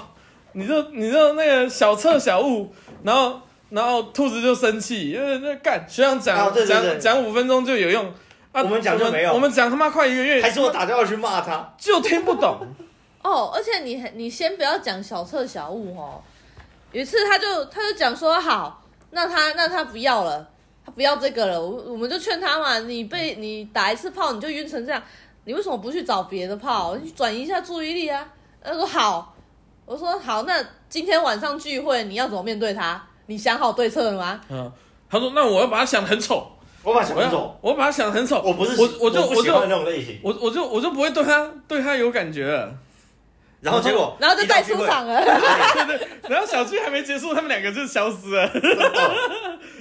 S1: 你就你就那个小彻小悟，然后然后兔子就生气，因为那干学长讲、
S3: 哦对对对
S1: 讲讲五分钟就有用。啊
S3: 我们讲就没有
S1: 我们我们讲他妈快一个月，
S3: 还是我打电话去骂他？
S1: 就听不 懂。
S2: 哦，而且你你先不要讲小彻小悟哦。有一次他就他就讲说好，那他那他不要了，他不要这个了，我我们就劝他嘛，你被
S3: 嗯
S2: 你打一次炮你就晕成这样，你为什么不去找别的炮，你去转移一下注意力啊？他说好，我说好，那今天晚上聚会你要怎么面对他？你想好对策了吗？
S1: 嗯，他说那我要把他想得很丑，
S3: 我把小
S1: 我
S3: 分
S1: 要
S3: 走，
S1: 我把他想得很丑，
S3: 我不是喜
S1: 我我就
S3: 我
S1: 我
S3: 不喜
S1: 就
S3: 欢那种类型。
S1: 我我就我就不会对他对他有感觉了。
S3: 然后结果，
S2: 然后就带
S3: 一到聚
S2: 出
S3: 会哦
S2: 场 了，
S1: 对对， 然后小聚还没结束，他们两个就消失了。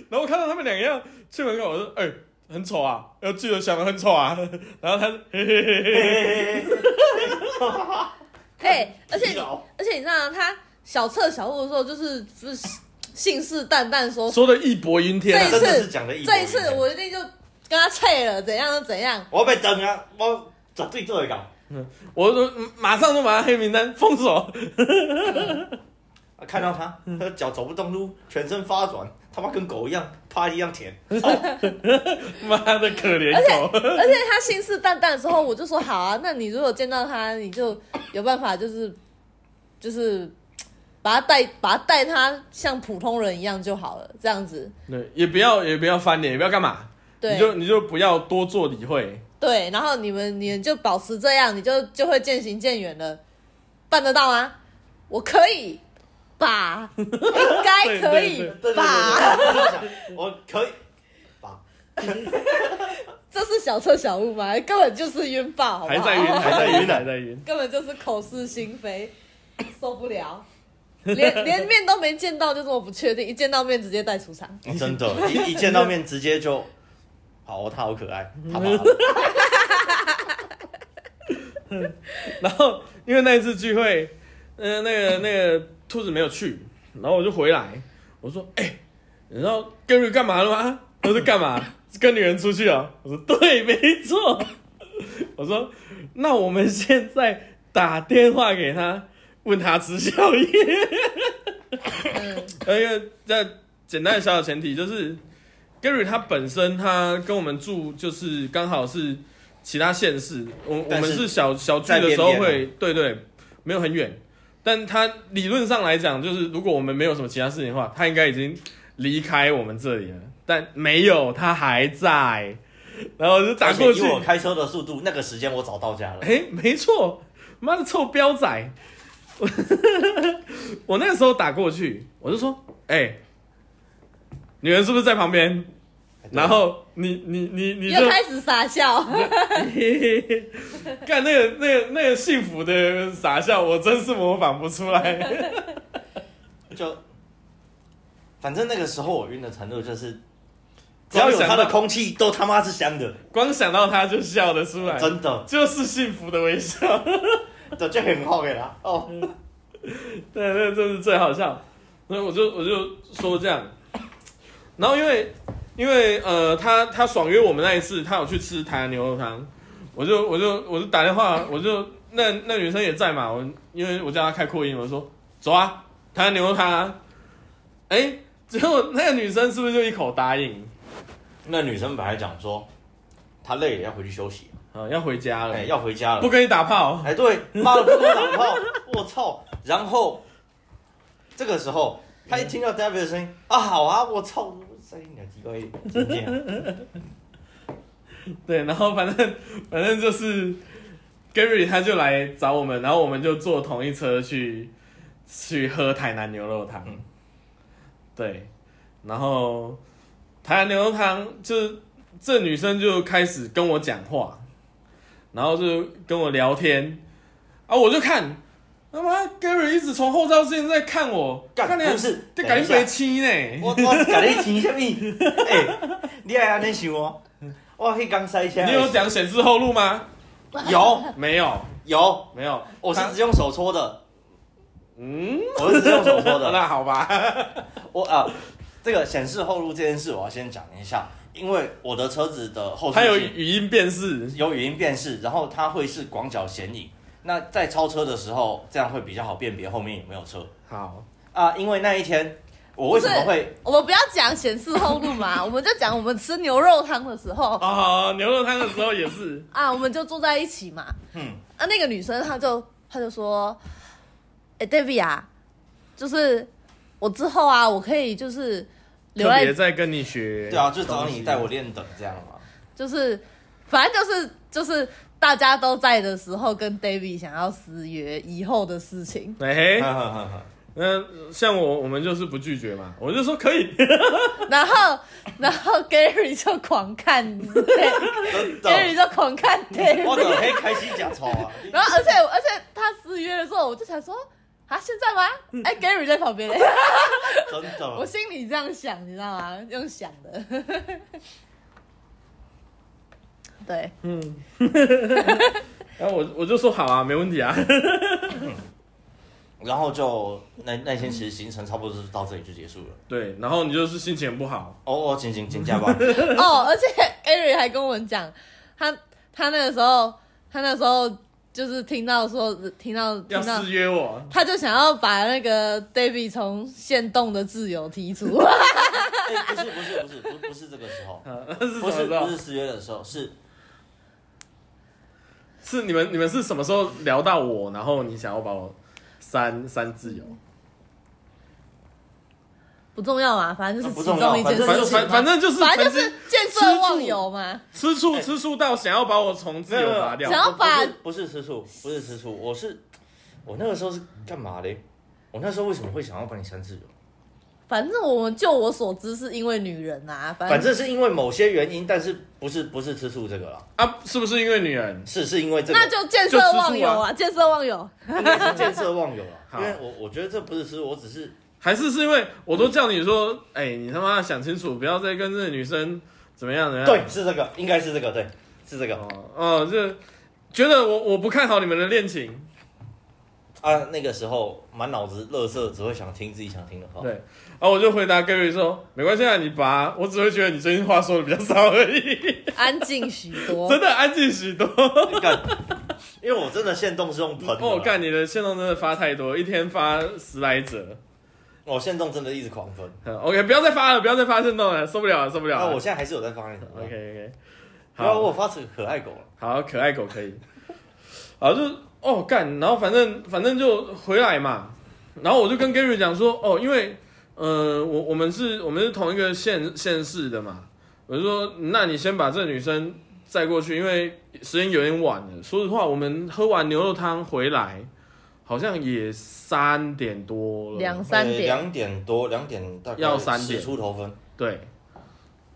S1: 然后我看到他们两个要去门口，我说：“哎、很丑啊！”然后记得想的很丑啊。 然后他嘿嘿嘿嘿嘿，
S3: 嗯
S2: 嘿，哎而且你
S3: 疲
S2: 而且你知道吗他小彻小悟的时候就是就是信誓旦旦说
S1: 说的义薄云天、
S3: 劳
S1: 啊
S2: 这。
S3: 真的是讲的一模一
S2: 这一
S3: 样
S2: 次我一定就跟他脆了，怎样就 怎样。
S3: 我要被整啊，我绝对做得到。
S1: 我就马上就把他黑名单封锁。
S3: 啊看到他，他的脚走不动路，全身发软，他妈跟狗一样，趴一样舔。
S1: 妈的，可怜狗！
S2: 而且他信誓旦旦的时候，我就说好啊，那你如果见到他，你就有办法，就是就是把他带，把他带他像普通人一样就好了，这样子。
S1: 对，也不要也不要翻脸，也不要干嘛，
S2: 对，
S1: 你就你就不要多做理会。
S2: 对，然后你们你们就保持这样，你就就会渐行渐远了，办得到吗？我可以 吧，应该可以
S1: 对
S3: 对对对
S2: 吧？
S3: 对，我可以。吧，
S2: 这是小测小悟吗？根本就是晕爆，好不
S1: 还
S2: 好？
S1: 在晕，还在晕，
S3: 好
S1: 还在晕。
S2: 根本就是口是心 非，受不了。 连连面都没见到就这么不确定，一见到面直接带出场。
S3: 真 的，一一见到面直接就，好，他好可爱，他 妈的，
S1: 然后因为那一次聚会，呃，那个那个兔子没有去，然后我就回来，我说，哎、你知道 Gary 干嘛了吗？他说干嘛？是跟女人出去啊？我说对，没错。 我说那我们现在打电话给他，问他吃宵夜。
S2: 嗯，
S1: 呃，因为在简单的小小前提就是 Gary 他本身他跟我们住就是刚好是其他县市，我我
S3: 但
S1: 们
S3: 是
S1: 是小小聚
S3: 在
S1: 的时候
S3: 边边啊
S1: 会对对没有很远，但他理论上来讲就是如果我们没有什么其他事情的话，他应该已经离开我们这里了，但没有，他还在，然后我就打
S3: 而且
S1: 过
S3: 以
S1: 去，
S3: 我开车的速度，那个时间我早到家 了。
S1: 哎，没错，妈的臭彪仔！ 我我那个时候打过去，我就说，哎、女人是不是在旁边？然后你你你你就
S2: 又开始傻笑，
S1: 干那个那个那个幸福的傻笑，我真是模仿不出来。
S3: 就，反正那个时候我晕的程度就是，只要有他的空气都他妈是香的，
S1: 光想到他就笑得出来，
S3: 真的，
S1: 就是幸福的微笑。
S3: 这就很好给他哦。
S1: 对，那真是最好笑。所以我就我就说这样，然后因为因为呃，他他爽约我们那一次，他有去吃台南牛肉汤，我就我就我就打电话，我就那那女生也在嘛，我因为我叫她开扩音，我就说走啊，台南牛肉汤啊，哎，结果那个女生是不是就一口答应？
S3: 那女生本来讲说，她累了要回去休息，
S1: 啊，要回家了，
S3: 哎，要回家了
S1: 不。跟你打炮，
S3: 哎，对，妈的，不跟我打炮， 我操！然后这个时候，他一听到 David 的声音，啊，好啊，我操，声音有奇怪一啊点，怎么 这样
S1: 对，然后反正 反正就是 Gary 他就来找我们，然后我们就坐同一车去去喝台南牛肉汤。
S3: 嗯
S1: 对，然后台南牛肉汤就是这女生就开始跟我讲话，然后就跟我聊天啊，我就看。他妈，Gary 一直从后照镜在看我，
S3: 干
S1: 看你
S3: 不是
S1: 这
S3: 等
S1: 感
S3: 一
S1: 觉
S3: 下
S1: 没亲呢。
S3: 我我甲你钱什么？哎、你还安尼想哦？我迄刚塞车的
S1: 你
S3: 时候，
S1: 有讲显示后路吗？
S3: 有
S1: 没有，
S3: 有，
S1: 没有。
S3: 我是
S1: 他
S3: 只用手搓的，
S1: 嗯，
S3: 我是只用手搓 的。
S1: 那好吧。
S3: 我啊、这个显示后路这件事，我要先讲一下，因为我的车子的后视
S1: 它有
S3: 镜
S1: 语音辨识，
S3: 有语音辨识，然后它会是广角显影。那在超车的时候，这样会比较好辨别后面有没有车
S1: 好，
S3: 啊。因为那一天我为什么会
S2: 我们不要讲显示后 路嘛，我们就讲我们吃牛肉汤的时候
S1: 哦，牛肉汤的时候也 是，
S2: 啊，我们就坐在一起嘛。
S3: 嗯
S2: 啊，那个女生她就她就说：“哎、d a v i d 啊，就是我之后啊，我可以就是留
S1: 特
S2: 在
S1: 别在跟你学，
S3: 对啊，就找你带我，练等这样嘛。
S2: 就是反正就是就是大家都在的时候，跟 David 想要私约以后的事情。
S1: 哎、
S3: 哼哼哼哼
S1: 那像我，我们就是不拒绝嘛，我就说可以，
S2: 然后然后 Gary 就 狂看 Gary
S3: 真的，
S2: 就狂看 David，
S3: 我怎么可以开心讲错啊？
S2: 哎 然后而且而且他私约的时候，我就想说。啊，现在吗？
S1: 嗯
S2: 哎、g a r y 在旁边、
S3: 真的，
S2: 我心里这样想，你知道吗？用想的。对，
S1: 嗯，然后我我就说好啊，没问题啊，
S3: 然后就那那天其实行程差不多是到这里就结束了。
S1: 对，然后你就是心情很不好， 嗯
S3: 哦哦，行行行，加班。
S2: 哦，而且 Eric 还跟我们讲，他他那个时候，他那时候就是听到说，听到
S1: 要
S2: 听到
S1: 私，约我，
S2: 他就想要把那个 David 从限动的自由剔除。
S3: 哎，不是不是不是不不是这个时候，
S1: 嗯那 是什
S3: 不
S1: 么
S3: 是
S1: 时
S3: 不
S1: 候
S3: 是？十月的时候，是
S1: 是你们你们是什么时候聊到我，然后你想要把我删删自由？
S2: 不重要嘛，反正就是
S3: 啊不
S2: 其
S3: 重要
S2: 中一件事情
S1: 反
S2: 嘛
S1: 正反反正就是
S2: 反正就
S1: 曾
S2: 是
S1: 经
S2: 见
S1: 吃
S2: 色
S1: 醋
S2: 忘友嘛。
S1: 吃
S3: 哎
S1: 醋吃醋到想要把我从自由拔掉
S2: 没有没有想。要把
S3: 不是不是吃醋，不是吃醋，我是我那个时候是干嘛嘞？我那时候为什么会想要把你删自由？
S2: 反正我们就我所知是因为女人啊，反
S3: 反正是因为某些原因，但是不是不是吃醋这个啦，
S1: 啊，是不是因为女人？
S3: 是是因为这个，
S2: 那就见色忘友啊，见色忘友。
S3: 应该是见色忘友了。
S1: 好
S3: 因为我我觉得这不是吃醋，我只是
S1: 还是是因为我都叫你说，哎、你他妈想清楚，不要再跟这个女生怎么样怎么样。
S3: 对，是这个，应该是这个，对，是这个
S1: 哦，哦，就觉得我我不看好你们的恋情。
S3: 啊。那个时候满脑子乐色，只会想听自己想听的话。
S1: 对，然后我就回答 Gary 说，没关系啊，你拔，我只会觉得你最近话说的比较少而已，
S2: 安静许
S3: 哦
S2: 多
S1: 真。的安静许多。
S3: 干，因为我真的限动是用喷的啦。
S1: 哦，干，你的线动真的发太多，一天发十来折。
S3: 我限动真的一直狂喷。
S1: 嗯 OK，不要再发了，不要再发线动了，受不了了，受不了
S3: 那
S1: 了。
S3: 我现在还是有在发那个。
S1: 啊 OK OK，
S3: 然后我
S1: 好
S3: 发成可爱狗了。啊
S1: 好，可爱狗可以。好，就哦干，然后反正反正就回来嘛，然后我就跟 Gary 讲说，哦，因为呃，我我们是我们是同一个县县市的嘛，我就说，那你先把这女生载过去，因为时间有点晚了。说实话，我们喝完牛肉汤回来，好像也三点多了，
S2: 两三
S3: 呃
S2: 点，
S3: 两点多，两点大概
S1: 要三
S3: 10
S1: 点
S3: 出头分。
S1: 对，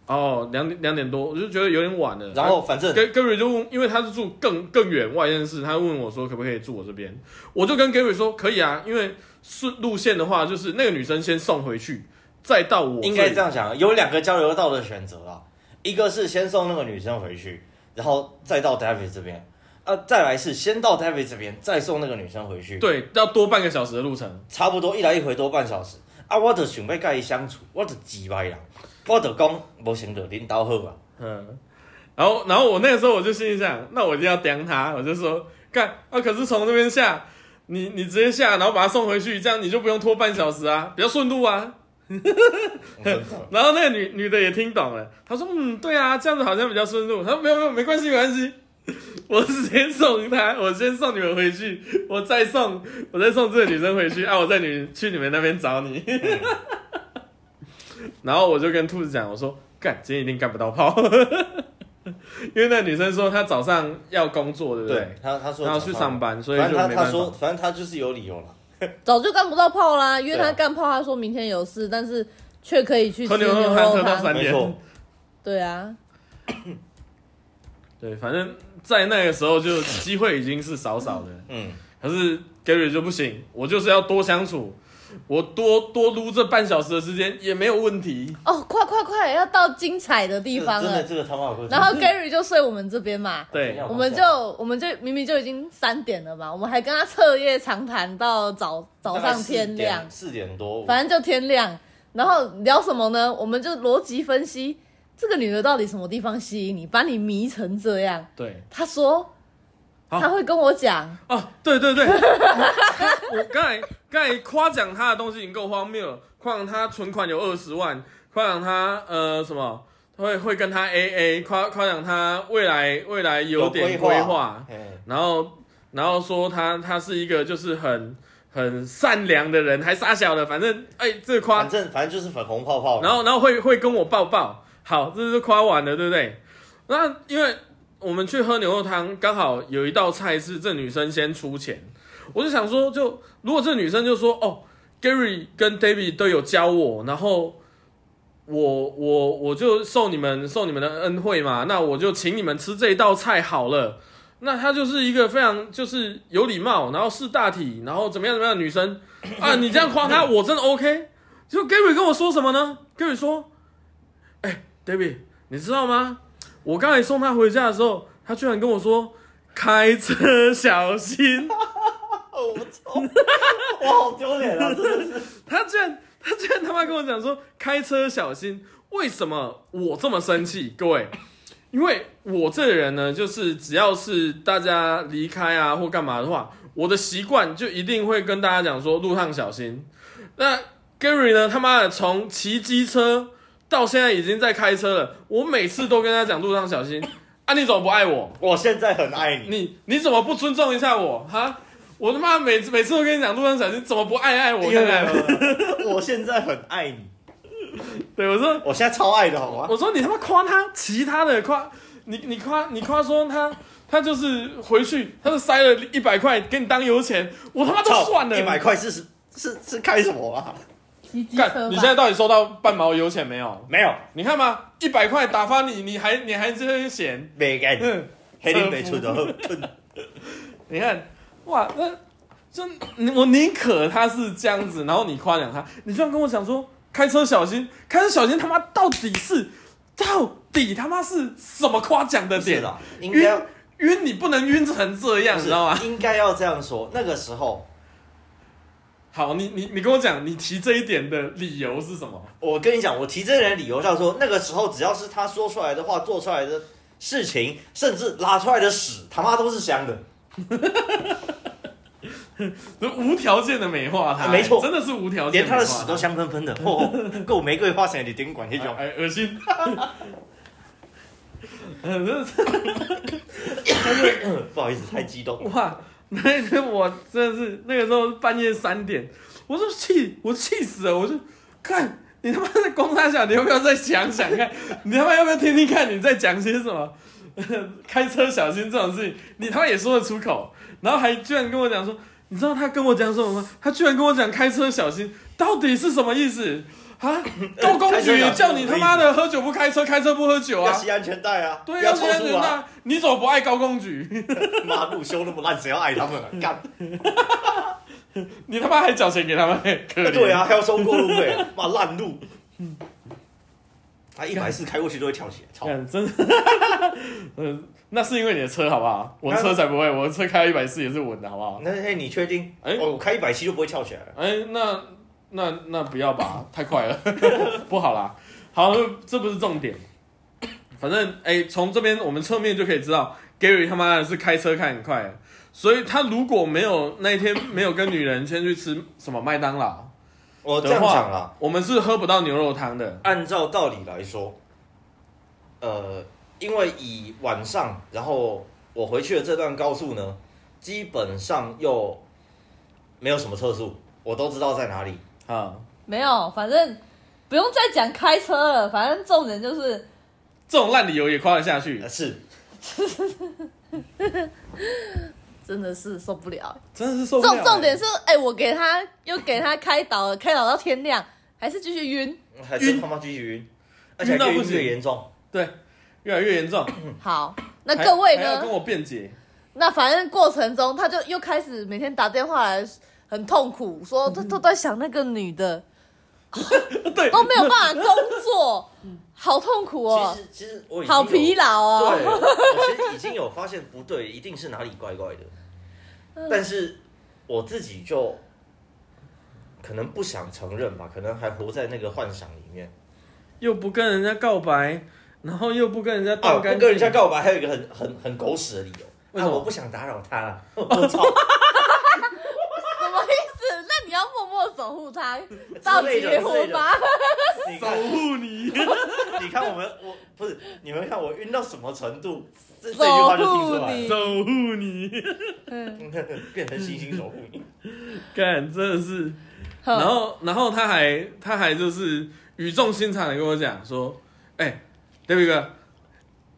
S1: 哦，两点两点多，我就觉得有点晚了。
S3: 然后反正
S1: 跟 Gary 就问，因为他是住更更远外县市，他问我说可不可以住我这边，我就跟 Gary 说可以啊，因为顺路线的话，就是那个女生先送回去，再到我
S3: 应
S1: 这啊
S3: 该这
S1: 里
S3: 样想，有两个交流道的选择啦，一个是先送那个女生回去，然后再到 David 这边。啊，再来是先到 David 这边，再送那个女生回去。
S1: 对，要多半个小时的路程。
S3: 差不多一来一回多半小时。啊，我就想要甲伊相处，我就急歪人，我就讲无想到恁 兜好啊。
S1: 嗯，然后然后我那个时候我就心里想，那我一定要刁他，我就说干啊，可是从那边下，你你直接下，然后把他送回去，这样你就不用拖半小时啊，比较顺路啊。然后那个女女的也听懂了，她说嗯，对啊，这样子好像比较顺路。她说没有没有，没关系没关系， 我直接送她，我先送你们回去，我再送我再送这个女生回去啊，我再你去你们那边找你。 然后我就跟兔子讲，我说干，今天一定干不到炮， 因为那女生说她早上要工作，对不对
S3: 对？他，他说
S1: 然后去上
S3: 班，
S1: 班，所以
S3: 反
S1: 就
S3: 正他
S1: 没
S3: 他
S1: 办
S3: 说，
S1: 法。
S3: 反正他就是有理由了。
S2: 早就干不到炮啦。约
S3: 对
S2: 他
S3: 啊
S2: 干炮，他说明天有事，但是却可以去吃
S1: 喝牛
S2: 牛
S1: 肉汤喝
S2: 肉
S1: 到
S2: 汤。
S1: 三
S3: 没
S1: 点，
S3: 错，
S2: 对啊，
S1: 对，反正在那个时候就机会已经是少少的。
S3: 嗯，
S1: 可是 Gary 就不行，我就是要多相处，我多多撸这半小时的时间也没有问题。
S2: 哦，快快快，要到精彩的地
S3: 这
S2: 方
S3: 真的
S2: 了。
S3: 这个他妈有够
S2: 然后 Gary 就睡我们这边嘛，
S1: 对，
S2: 我们就我们就明明就已经三点了嘛，我们还跟他彻夜长谈到早早上天亮，
S3: 四点多，
S2: 反正就天亮。然后聊什么呢？我们就逻辑分析，这个女的到底什么地方吸引你，把你迷成这样？
S1: 对，
S2: 她说，
S1: 好
S2: 她会跟我讲，
S1: 哦，对对对，我 我刚才刚才夸奖他的东西已经够荒谬了，夸奖他存款有二十万，夸奖他呃什么。会会跟他 A A 夸夸奖他未来未来有点规划，
S3: 嗯
S1: 然后然后说他他是一个就是很很善良的人，还傻小的，反正哎、这夸
S3: 反正反正就是粉红泡泡。
S1: 然后然后会会跟我抱抱，好，这是夸完了，对不对？那因为我们去喝牛肉汤，刚好有一道菜是这女生先出钱，我就想说就，如果这女生就说哦，Gary 跟 David 都有教我，然后我我我就受你们受你们的恩惠嘛，那我就请你们吃这一道菜好了。那她就是一个非常就是有礼貌，然后识大体，然后怎么样怎么样的女生啊！你这样夸她，我真的 OK。就 Gary 跟我说什么呢？Gary 说：“哎、d a v i d 你知道吗？我刚才送她回家的时候，她居然跟我说开车小心。”
S3: 哦我操，我好丢脸啊！真的是，
S1: 他居然他居然他妈跟我讲说开车小心，为什么我这么生气？各位， 因为我这个人呢，就是只要是大家离开啊或干嘛的话，我的习惯就一定会跟大家讲说路上小心。那 Gary 呢，他妈的从骑机车到现在已经在开车了，我每次都跟他讲路上小心。啊，你怎么不爱我？
S3: 我现在很爱你，
S1: 你你怎么不尊重一下我？哈，我他妈每次每次都跟你讲路上小心，怎么不爱
S3: 哎
S1: 爱我？看看
S3: 我现在 很爱你，
S1: 对我说，
S3: 我现在超爱的好吗？
S1: 我说你他妈夸他，其他的夸你，你夸你夸说他，他就是回去，他就塞了一百块给你当油钱，我他妈都算了。
S3: 一百块是是是是开什么啊？
S2: 骑机
S1: 干，
S2: 车
S1: 你现在
S2: 吧。
S1: 到底收到半毛油钱没有？
S3: 没有，
S1: 你看嘛，一百块打发你，你还你还这些闲，
S3: 没 干，
S1: 嗯，
S3: 黑林没出的，蠢
S1: 你看，哇，那就我宁可他是这样子，然后你夸奖他，你居然跟我讲说开车小心，开车小心，他妈到底是到底他妈是什么夸奖的
S3: 是
S1: 点？
S3: 啦，啊应该
S1: 晕你不能晕成这样，
S3: 不
S1: 你
S3: 是
S1: 知道吗？
S3: 应该要这样说。那个时候，
S1: 好，你你你跟我讲，你提这一点的理由是什么？
S3: 我跟你讲，我提这个人的理由叫做，那个时候只要是他说出来的话、做出来的事情，甚至拉出来的屎，他妈都是香的。
S1: 就无条件的美化他、
S3: 啊没错
S1: 真的是无条件
S3: 连
S1: 美
S3: 他
S1: 化
S3: 的屎都香喷喷的， 哦，够玫瑰花香的顶管那 种。
S1: 哎，哎恶 心。嗯真的是
S3: 不好意思，太激动。
S1: 哇，那那我真的是那个时候半夜三点，我就气，我气死了，我就看你他妈在公大小，你要不要再想想看？你他妈要不要听听看你在讲些什么？ 开车小心这种事情，你他妈也说得出口，然后还居然跟我讲说，你知道他跟我讲什么吗？他居然跟我讲开车小心，到底是什么意思啊？高公
S3: 开车
S1: 举
S3: 小心
S1: 叫你他妈的喝酒不开车，开车不喝酒
S3: 要
S1: 啊？
S3: 系安全带啊！
S1: 对
S3: 不
S1: 啊，
S3: 要
S1: 现
S3: 超
S1: 在
S3: 速
S1: 人
S3: 啊！
S1: 啊，你怎么不爱高公举？
S3: 妈，路修那么烂，谁要爱他们啊？
S1: 嗯
S3: 干！
S1: 你他妈还缴钱给 他们，可怜。
S3: 对，啊，还要收过路费， 妈烂路。
S1: 嗯
S3: 他一百四开过去都会跳起来，操！
S1: 看真的， 嗯，那是因为你的车好不好？我的车才不会，我的车开一百四也是稳的，好不好？
S3: 那哎，你确定？
S1: 哎
S3: 哦，我开一百七就不会跳起来了。
S1: 哎、那那那不要吧，太快了， 不好啦。好，这不是重点。反正哎，从、这边我们侧面就可以知道，Gary 他妈的是开车开很快的，所以他如果没有那一天没有跟女人先去吃什么麦当劳
S3: 我哦这
S1: 的
S3: 样讲啊啦
S1: 话，，我们是喝不到牛肉汤的。
S3: 按照道理来说，呃，因为以晚上，然后我回去的这段高速呢，基本上又没有什么测速，我都知道在哪里。
S1: 啊，
S2: 没有，反正不用再讲开车了，反正重点就是
S1: 这种烂理由也夸得下去
S3: 呃，，是
S2: 真的是受不了。
S1: 真的是受不了、欸
S2: 重重点是，哎、我给他又给他开导了，开导到天亮，还是继续晕。
S3: 还是他妈继续晕，而且
S1: 晕到
S3: 还
S1: 不
S3: 越晕
S1: 行
S3: 越严重。
S1: 对，越来越严 重。
S2: 好，那
S1: 还
S2: 各位
S1: 还要跟
S2: 呢？
S1: 我辩解，
S2: 那反正过程中，他就又开始每天打电话来，很痛苦，说
S3: 嗯
S2: 他都在想那个女的，
S1: 呃对，
S2: 都没有办法工 作，好痛苦哦
S3: 其，实其实我已经有
S2: 好疲劳哦。
S3: 对，我其实已经有发现不对，一定是哪里怪怪的，
S2: 嗯
S3: 但是我自己就可能不想承认吧，可能还活在那个幻想里面。
S1: 又不跟人家告白，然后又不跟人家
S3: 啊，
S1: 道
S3: 不
S1: 干
S3: 跟
S1: 净，
S3: 人家告白，还有一个很很很狗屎的理由。
S1: 为什么
S3: 啊我不想打扰 他啦。我操，
S2: 什么意思？那你要默默守护他到
S3: 之类的
S2: 结婚吧？
S3: 你
S1: 守
S3: 看，
S1: 护你，
S3: 你看我们，我不是你们看我晕到什么程度，这这句话就听
S2: 守
S3: 出
S2: 护
S3: 来
S2: 你
S3: 了，
S1: 守护你，
S2: 嗯，
S3: 变成星星守护你。
S1: 干真的是。
S2: 好
S1: 然后，然后他还他还就是语重心长的跟我讲说，哎、d a v i d 哥，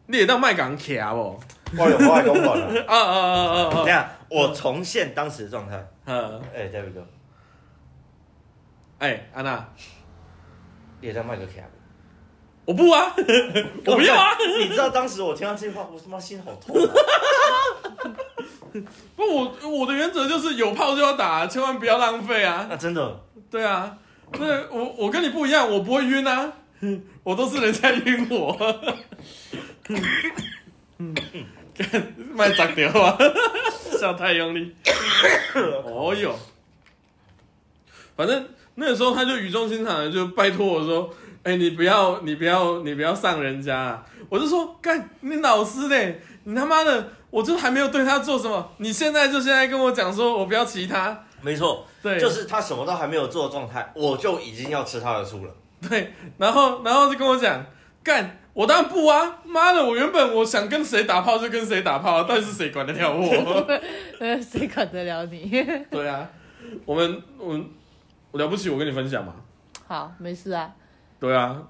S1: 你也当卖港卡不？
S3: 哇，有外公管了。
S1: 啊啊啊
S3: 等一
S1: 啊
S3: 下，我重现当时的状态。
S1: 啊啊！
S3: 哎，David 哥，
S1: 哎，安娜，
S3: 你也在卖个 cap。
S1: 我不 啊，我不要啊，
S3: 你知道当时我听到这句话，我他妈心好痛、啊。
S1: 不我我的原则就是有炮就要打，千万不要浪费啊。
S3: 啊，真的，
S1: 对啊，那我我跟你不一样，我不会晕啊，我都是人家晕我。嗯，卖砸掉啊，笑太用力。 哦哟，反正那个时候他就语重心长的就拜托我说：“哎、你不要，你不要，你不要上人家、啊！我就说，干你老师嘞，你他妈的，我就还没有对他做什么，你现在就现在跟我讲说，我不要骑他，
S3: 没错，
S1: 对，
S3: 就是他什么都还没有做的状态，我就已经要吃他的醋了。
S1: 对，然后然后就跟我讲，干，我当然不啊，妈的，我原本我想跟谁打炮就跟谁打炮、啊，但是谁管得了我？
S2: 呃，谁管得了你？
S1: 对啊，我们我们了不起，我跟你分享嘛，
S2: 好，没事啊。
S1: 对啊，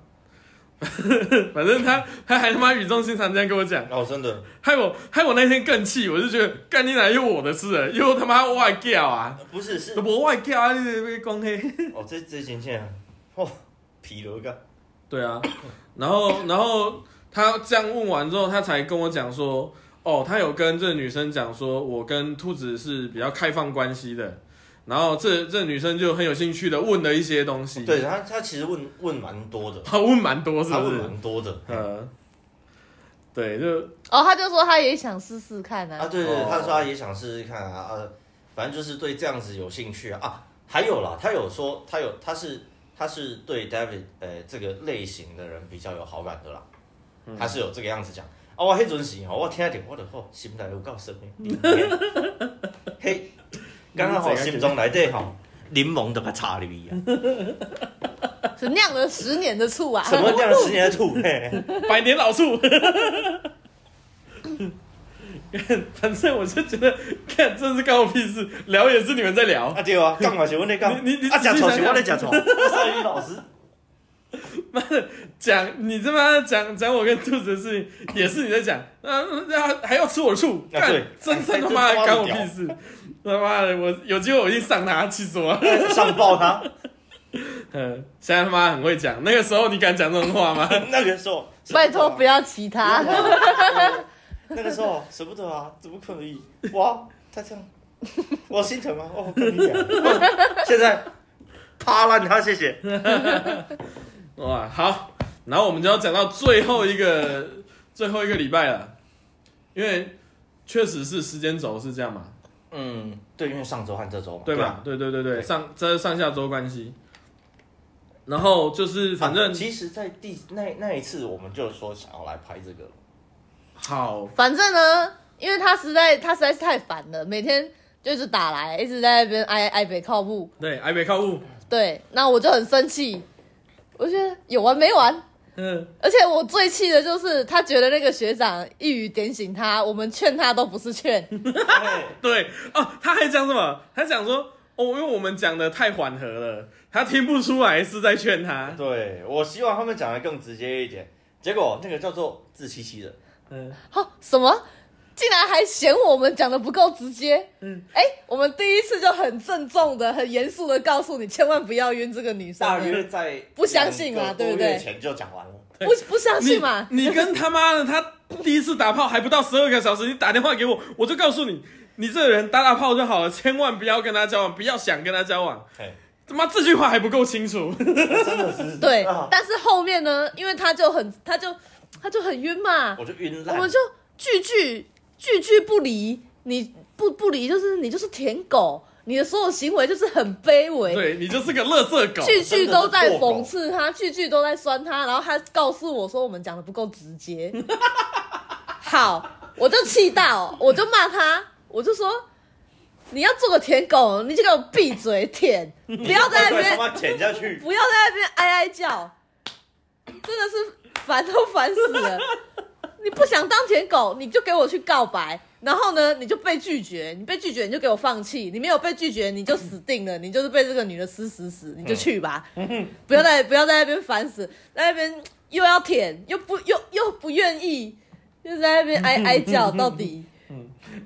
S1: 反正他他还他妈语重心长这样跟我讲。
S3: 哦，真的，
S1: 害我害我那天更气，我就觉得干你哪有我的事了，又他妈外教啊，
S3: 呃不是是
S1: 我外教啊，你被光黑。
S3: 哦，这这情线啊，哦，疲了个，
S1: 对啊，然后然后他这样问完之后，他才跟我讲说，哦，他有跟这女生讲说，我跟兔子是比较开放关系的。然后这这女生就很有兴趣的问了一些东西，
S3: 对，他他其实问问蛮多的，
S1: 她问蛮多是
S3: 他
S1: 不
S3: 问
S1: 是？
S3: 蛮多的。
S1: 呃，对，就
S2: 哦，他就说他也想试试看
S3: 啊，
S2: 啊。
S3: 对对，
S1: 哦
S3: 他说他也想试试看啊，啊，反正就是对这样子有兴趣啊。啊，还有啦，他有说他有他是他是对 David 呃这个类型的人比较有好感的啦，
S1: 嗯
S3: 他是有这个样子讲。啊，我迄阵时吼，我听着我就吼，心内有够酸的， 嘿，刚刚吼心中内底吼，柠檬都给插入去啊，
S2: 是酿了十年的醋啊！
S3: 啊什么叫十年的醋？嘿
S1: 百年老树。 反正我就觉得，看这是干我屁事，聊也是你们在聊，
S3: 啊对啊，讲嘛是阮咧讲，
S1: 你你你
S3: 啊
S1: 仔
S3: 假
S1: 细
S3: 错
S1: 想
S3: 是
S1: 想
S3: 我咧假错，我是语老师，
S1: 讲你他妈讲讲我跟兔子的事情，也是你在讲，啊，啊还要吃我醋，
S3: 啊
S1: 干
S3: 对
S1: 真真
S3: 还
S1: 他妈的
S3: 还真
S1: 干我
S3: 抓
S1: 屁
S3: 你
S1: 事，他妈的，我有机会我一定上他，气死我了。
S3: 上报他。
S1: 嗯，现在他妈很会讲，那个时候你敢讲这种话吗？
S3: 那个时候，
S2: 拜托不
S3: 要。
S2: 要骑他。
S3: 那个时候舍不得啊，怎么可以？哇，他这样，我心疼啊！哦，跟你讲，哦现在啪烂他，谢谢。
S1: 哇，好，然后我们就要讲到最后一个最后一个礼拜了，因为确实是时间轴是这样嘛，
S3: 嗯，对，因为上周和这周嘛，啊
S1: 对吧？？对对对对，上这是上下周关系。然后就是反正
S3: 其实，在第那那一次，我们就说想要来拍这个，
S1: 好，
S2: 反正呢，因为他实在他实在是太烦了，每天就一直打来，一直在那边挨挨北靠步。
S1: 对，挨北靠 物，
S2: 对，那我就很生气，我觉得有完没完。
S1: 嗯，
S2: 而且我最气的就是他觉得那个学长一语点醒他，我们劝他都不是劝，
S3: 对
S1: 对哦，他还讲什么？他讲说哦，因为我们讲的太缓和了，他听不出来是在劝 他。
S3: 对，我希望他们讲的更直接一点。结果那个叫做自欺欺人，
S1: 嗯，
S2: 哈、什么？竟然还嫌我们讲的不够直接，嗯
S1: 嗯，
S2: 哎、我们第一次就很郑重的、很严肃的告诉你，千万不要晕这个女生
S3: 大
S2: 了，
S3: 约在
S2: 不相信嘛
S3: 两个
S2: 对不
S3: 多
S2: 对
S3: 月前就讲完了，
S2: 不不相信嘛？
S1: 你你跟他妈的，他第一次打炮还不到十二个小时，你打电话给我，我就告诉你，你这个人打打炮就好了，千万不要跟他交往，不要想跟他交往。
S3: 嘿，
S1: 他妈这句话还不够清楚。
S3: 真的是
S2: 对，
S3: 啊
S2: 但是后面呢，因为他就很，他就他就很晕嘛
S3: 我，就晕
S2: 我
S3: 烂，
S2: 们就句句句句不离，你不不离就是你就是舔狗，你的所有行为就是很卑微，
S1: 对你就是个乐色狗。
S2: 句句都在
S3: 真的是
S2: 讽刺他，句句都在酸他，然后他告诉我说我们讲的不够直接。 好，我就气到，我就骂他，我就说你要做个舔狗，你就给我闭嘴 舔，不要在那
S3: 对他
S2: 边
S3: 妈潜下去。
S2: 不要在那边哀哀叫，真的是烦都烦死了。你不想当舔狗，你就给我去告白，然后呢，你就被拒绝，你被拒绝你就给我放弃，你没有被拒绝你就死定了，你就是被这个女的吃死死，你就去吧，不要在不要在那边烦死，在那边又要舔又不又又不愿意，就在那边哀 哀叫到底。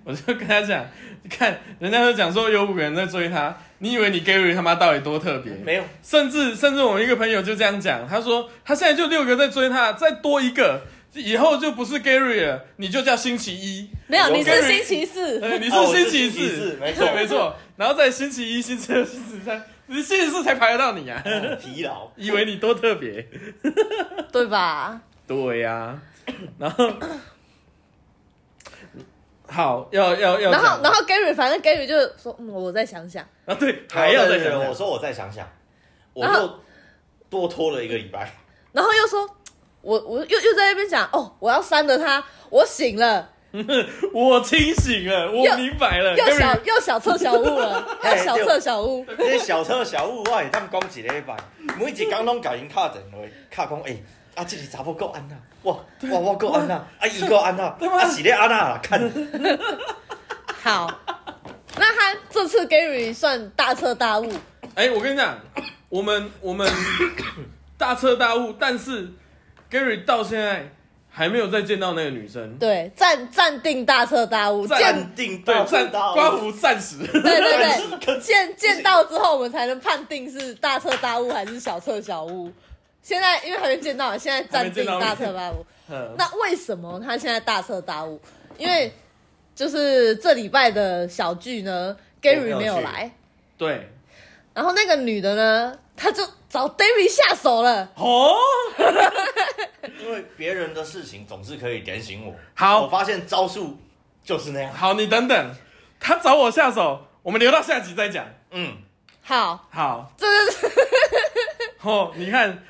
S1: 我就跟他讲，你看人家都讲说有五个人在追他，你以为你 Gary 他妈到底多特别？
S3: 没有，
S1: 甚至甚至我们一个朋友就这样讲，他说他现在就六个在追他，再多一个以后就不是 Gary 了，你就叫星期 一。
S2: 没有，
S3: 有
S2: 你是
S1: Gary-
S2: 星期四，
S1: 呃，你
S3: 哦
S1: 是
S3: 我是
S1: 星期
S3: 星期四
S1: 四，
S3: 没错
S1: 对没错。然后在星期一、星期二、星期三，你星期四才排得到你啊，
S3: 嗯疲劳。
S1: 以为你多特别。
S2: 对吧？
S1: 对呀、然后好要要要
S2: 然
S1: 讲，
S2: 后然后 Gary 反正 Gary 就说，嗯，我再想想。
S1: 啊对，还要再
S3: 对对
S1: 讲
S3: 对
S1: 讲
S3: 我说我再想想，我
S2: 然后
S3: 又多拖了一个礼拜。
S2: 然后又说，我我又又在那边讲，哦，我要删了他，我醒了，
S1: 我清醒了，我
S2: 又
S1: 明白了。
S2: 又小
S1: Gary，
S2: 又小测小悟 了，又小测小悟，
S3: 这小偷小物，我是当讲一礼拜，每一工拢甲因敲电话，敲讲诶，啊，即个查某够安呐，哇哇我够安呐，啊伊够安呐，啊是咧安呐啦，看
S2: 好，那他这次 Gary 算大彻大悟，
S1: 哎、我跟你讲， 我们我们 大彻大悟，但是 Gary 到现在还没有再见到那个女生。
S2: 对，暂暂定大彻大悟，见
S3: 暂定
S1: 对
S3: 到，
S1: 暂刮胡暂时。
S2: 对对对，见见到之后，我们才能判定是大彻大悟还是小彻小悟。现在因为还没见到，现在暂定大彻大悟。
S1: 嗯
S2: 那为什么他现在大彻大悟？因为就是这礼拜的小剧呢，Gary 没有来，
S1: 对，
S2: 然后那个女的呢，她就找 David 下手了。
S1: 哦，
S3: 因为别人的事情总是可以点醒我。
S1: 好
S3: 我发现招数就是那样。
S1: 好，你等等，他找我下手，我们留到下集再讲。
S3: 嗯，
S2: 好，
S1: 好，
S2: 这 就是
S1: 哦，你看，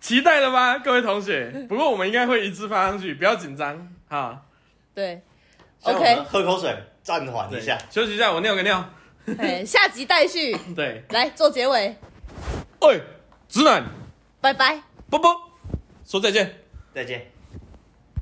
S1: 期待了吧，各位同学？不过我们应该会一致发上去，不要紧张啊。
S2: 对
S3: 像我们
S2: ，OK，
S3: 喝口水，暂缓
S1: 对
S3: 一下。
S1: 休息一下，我尿个尿。
S2: 哎，下集待续，
S1: 对，
S2: 来做结尾，
S1: 哎，直男，
S2: 拜拜。
S1: 啵啵，说再见。
S3: 再见。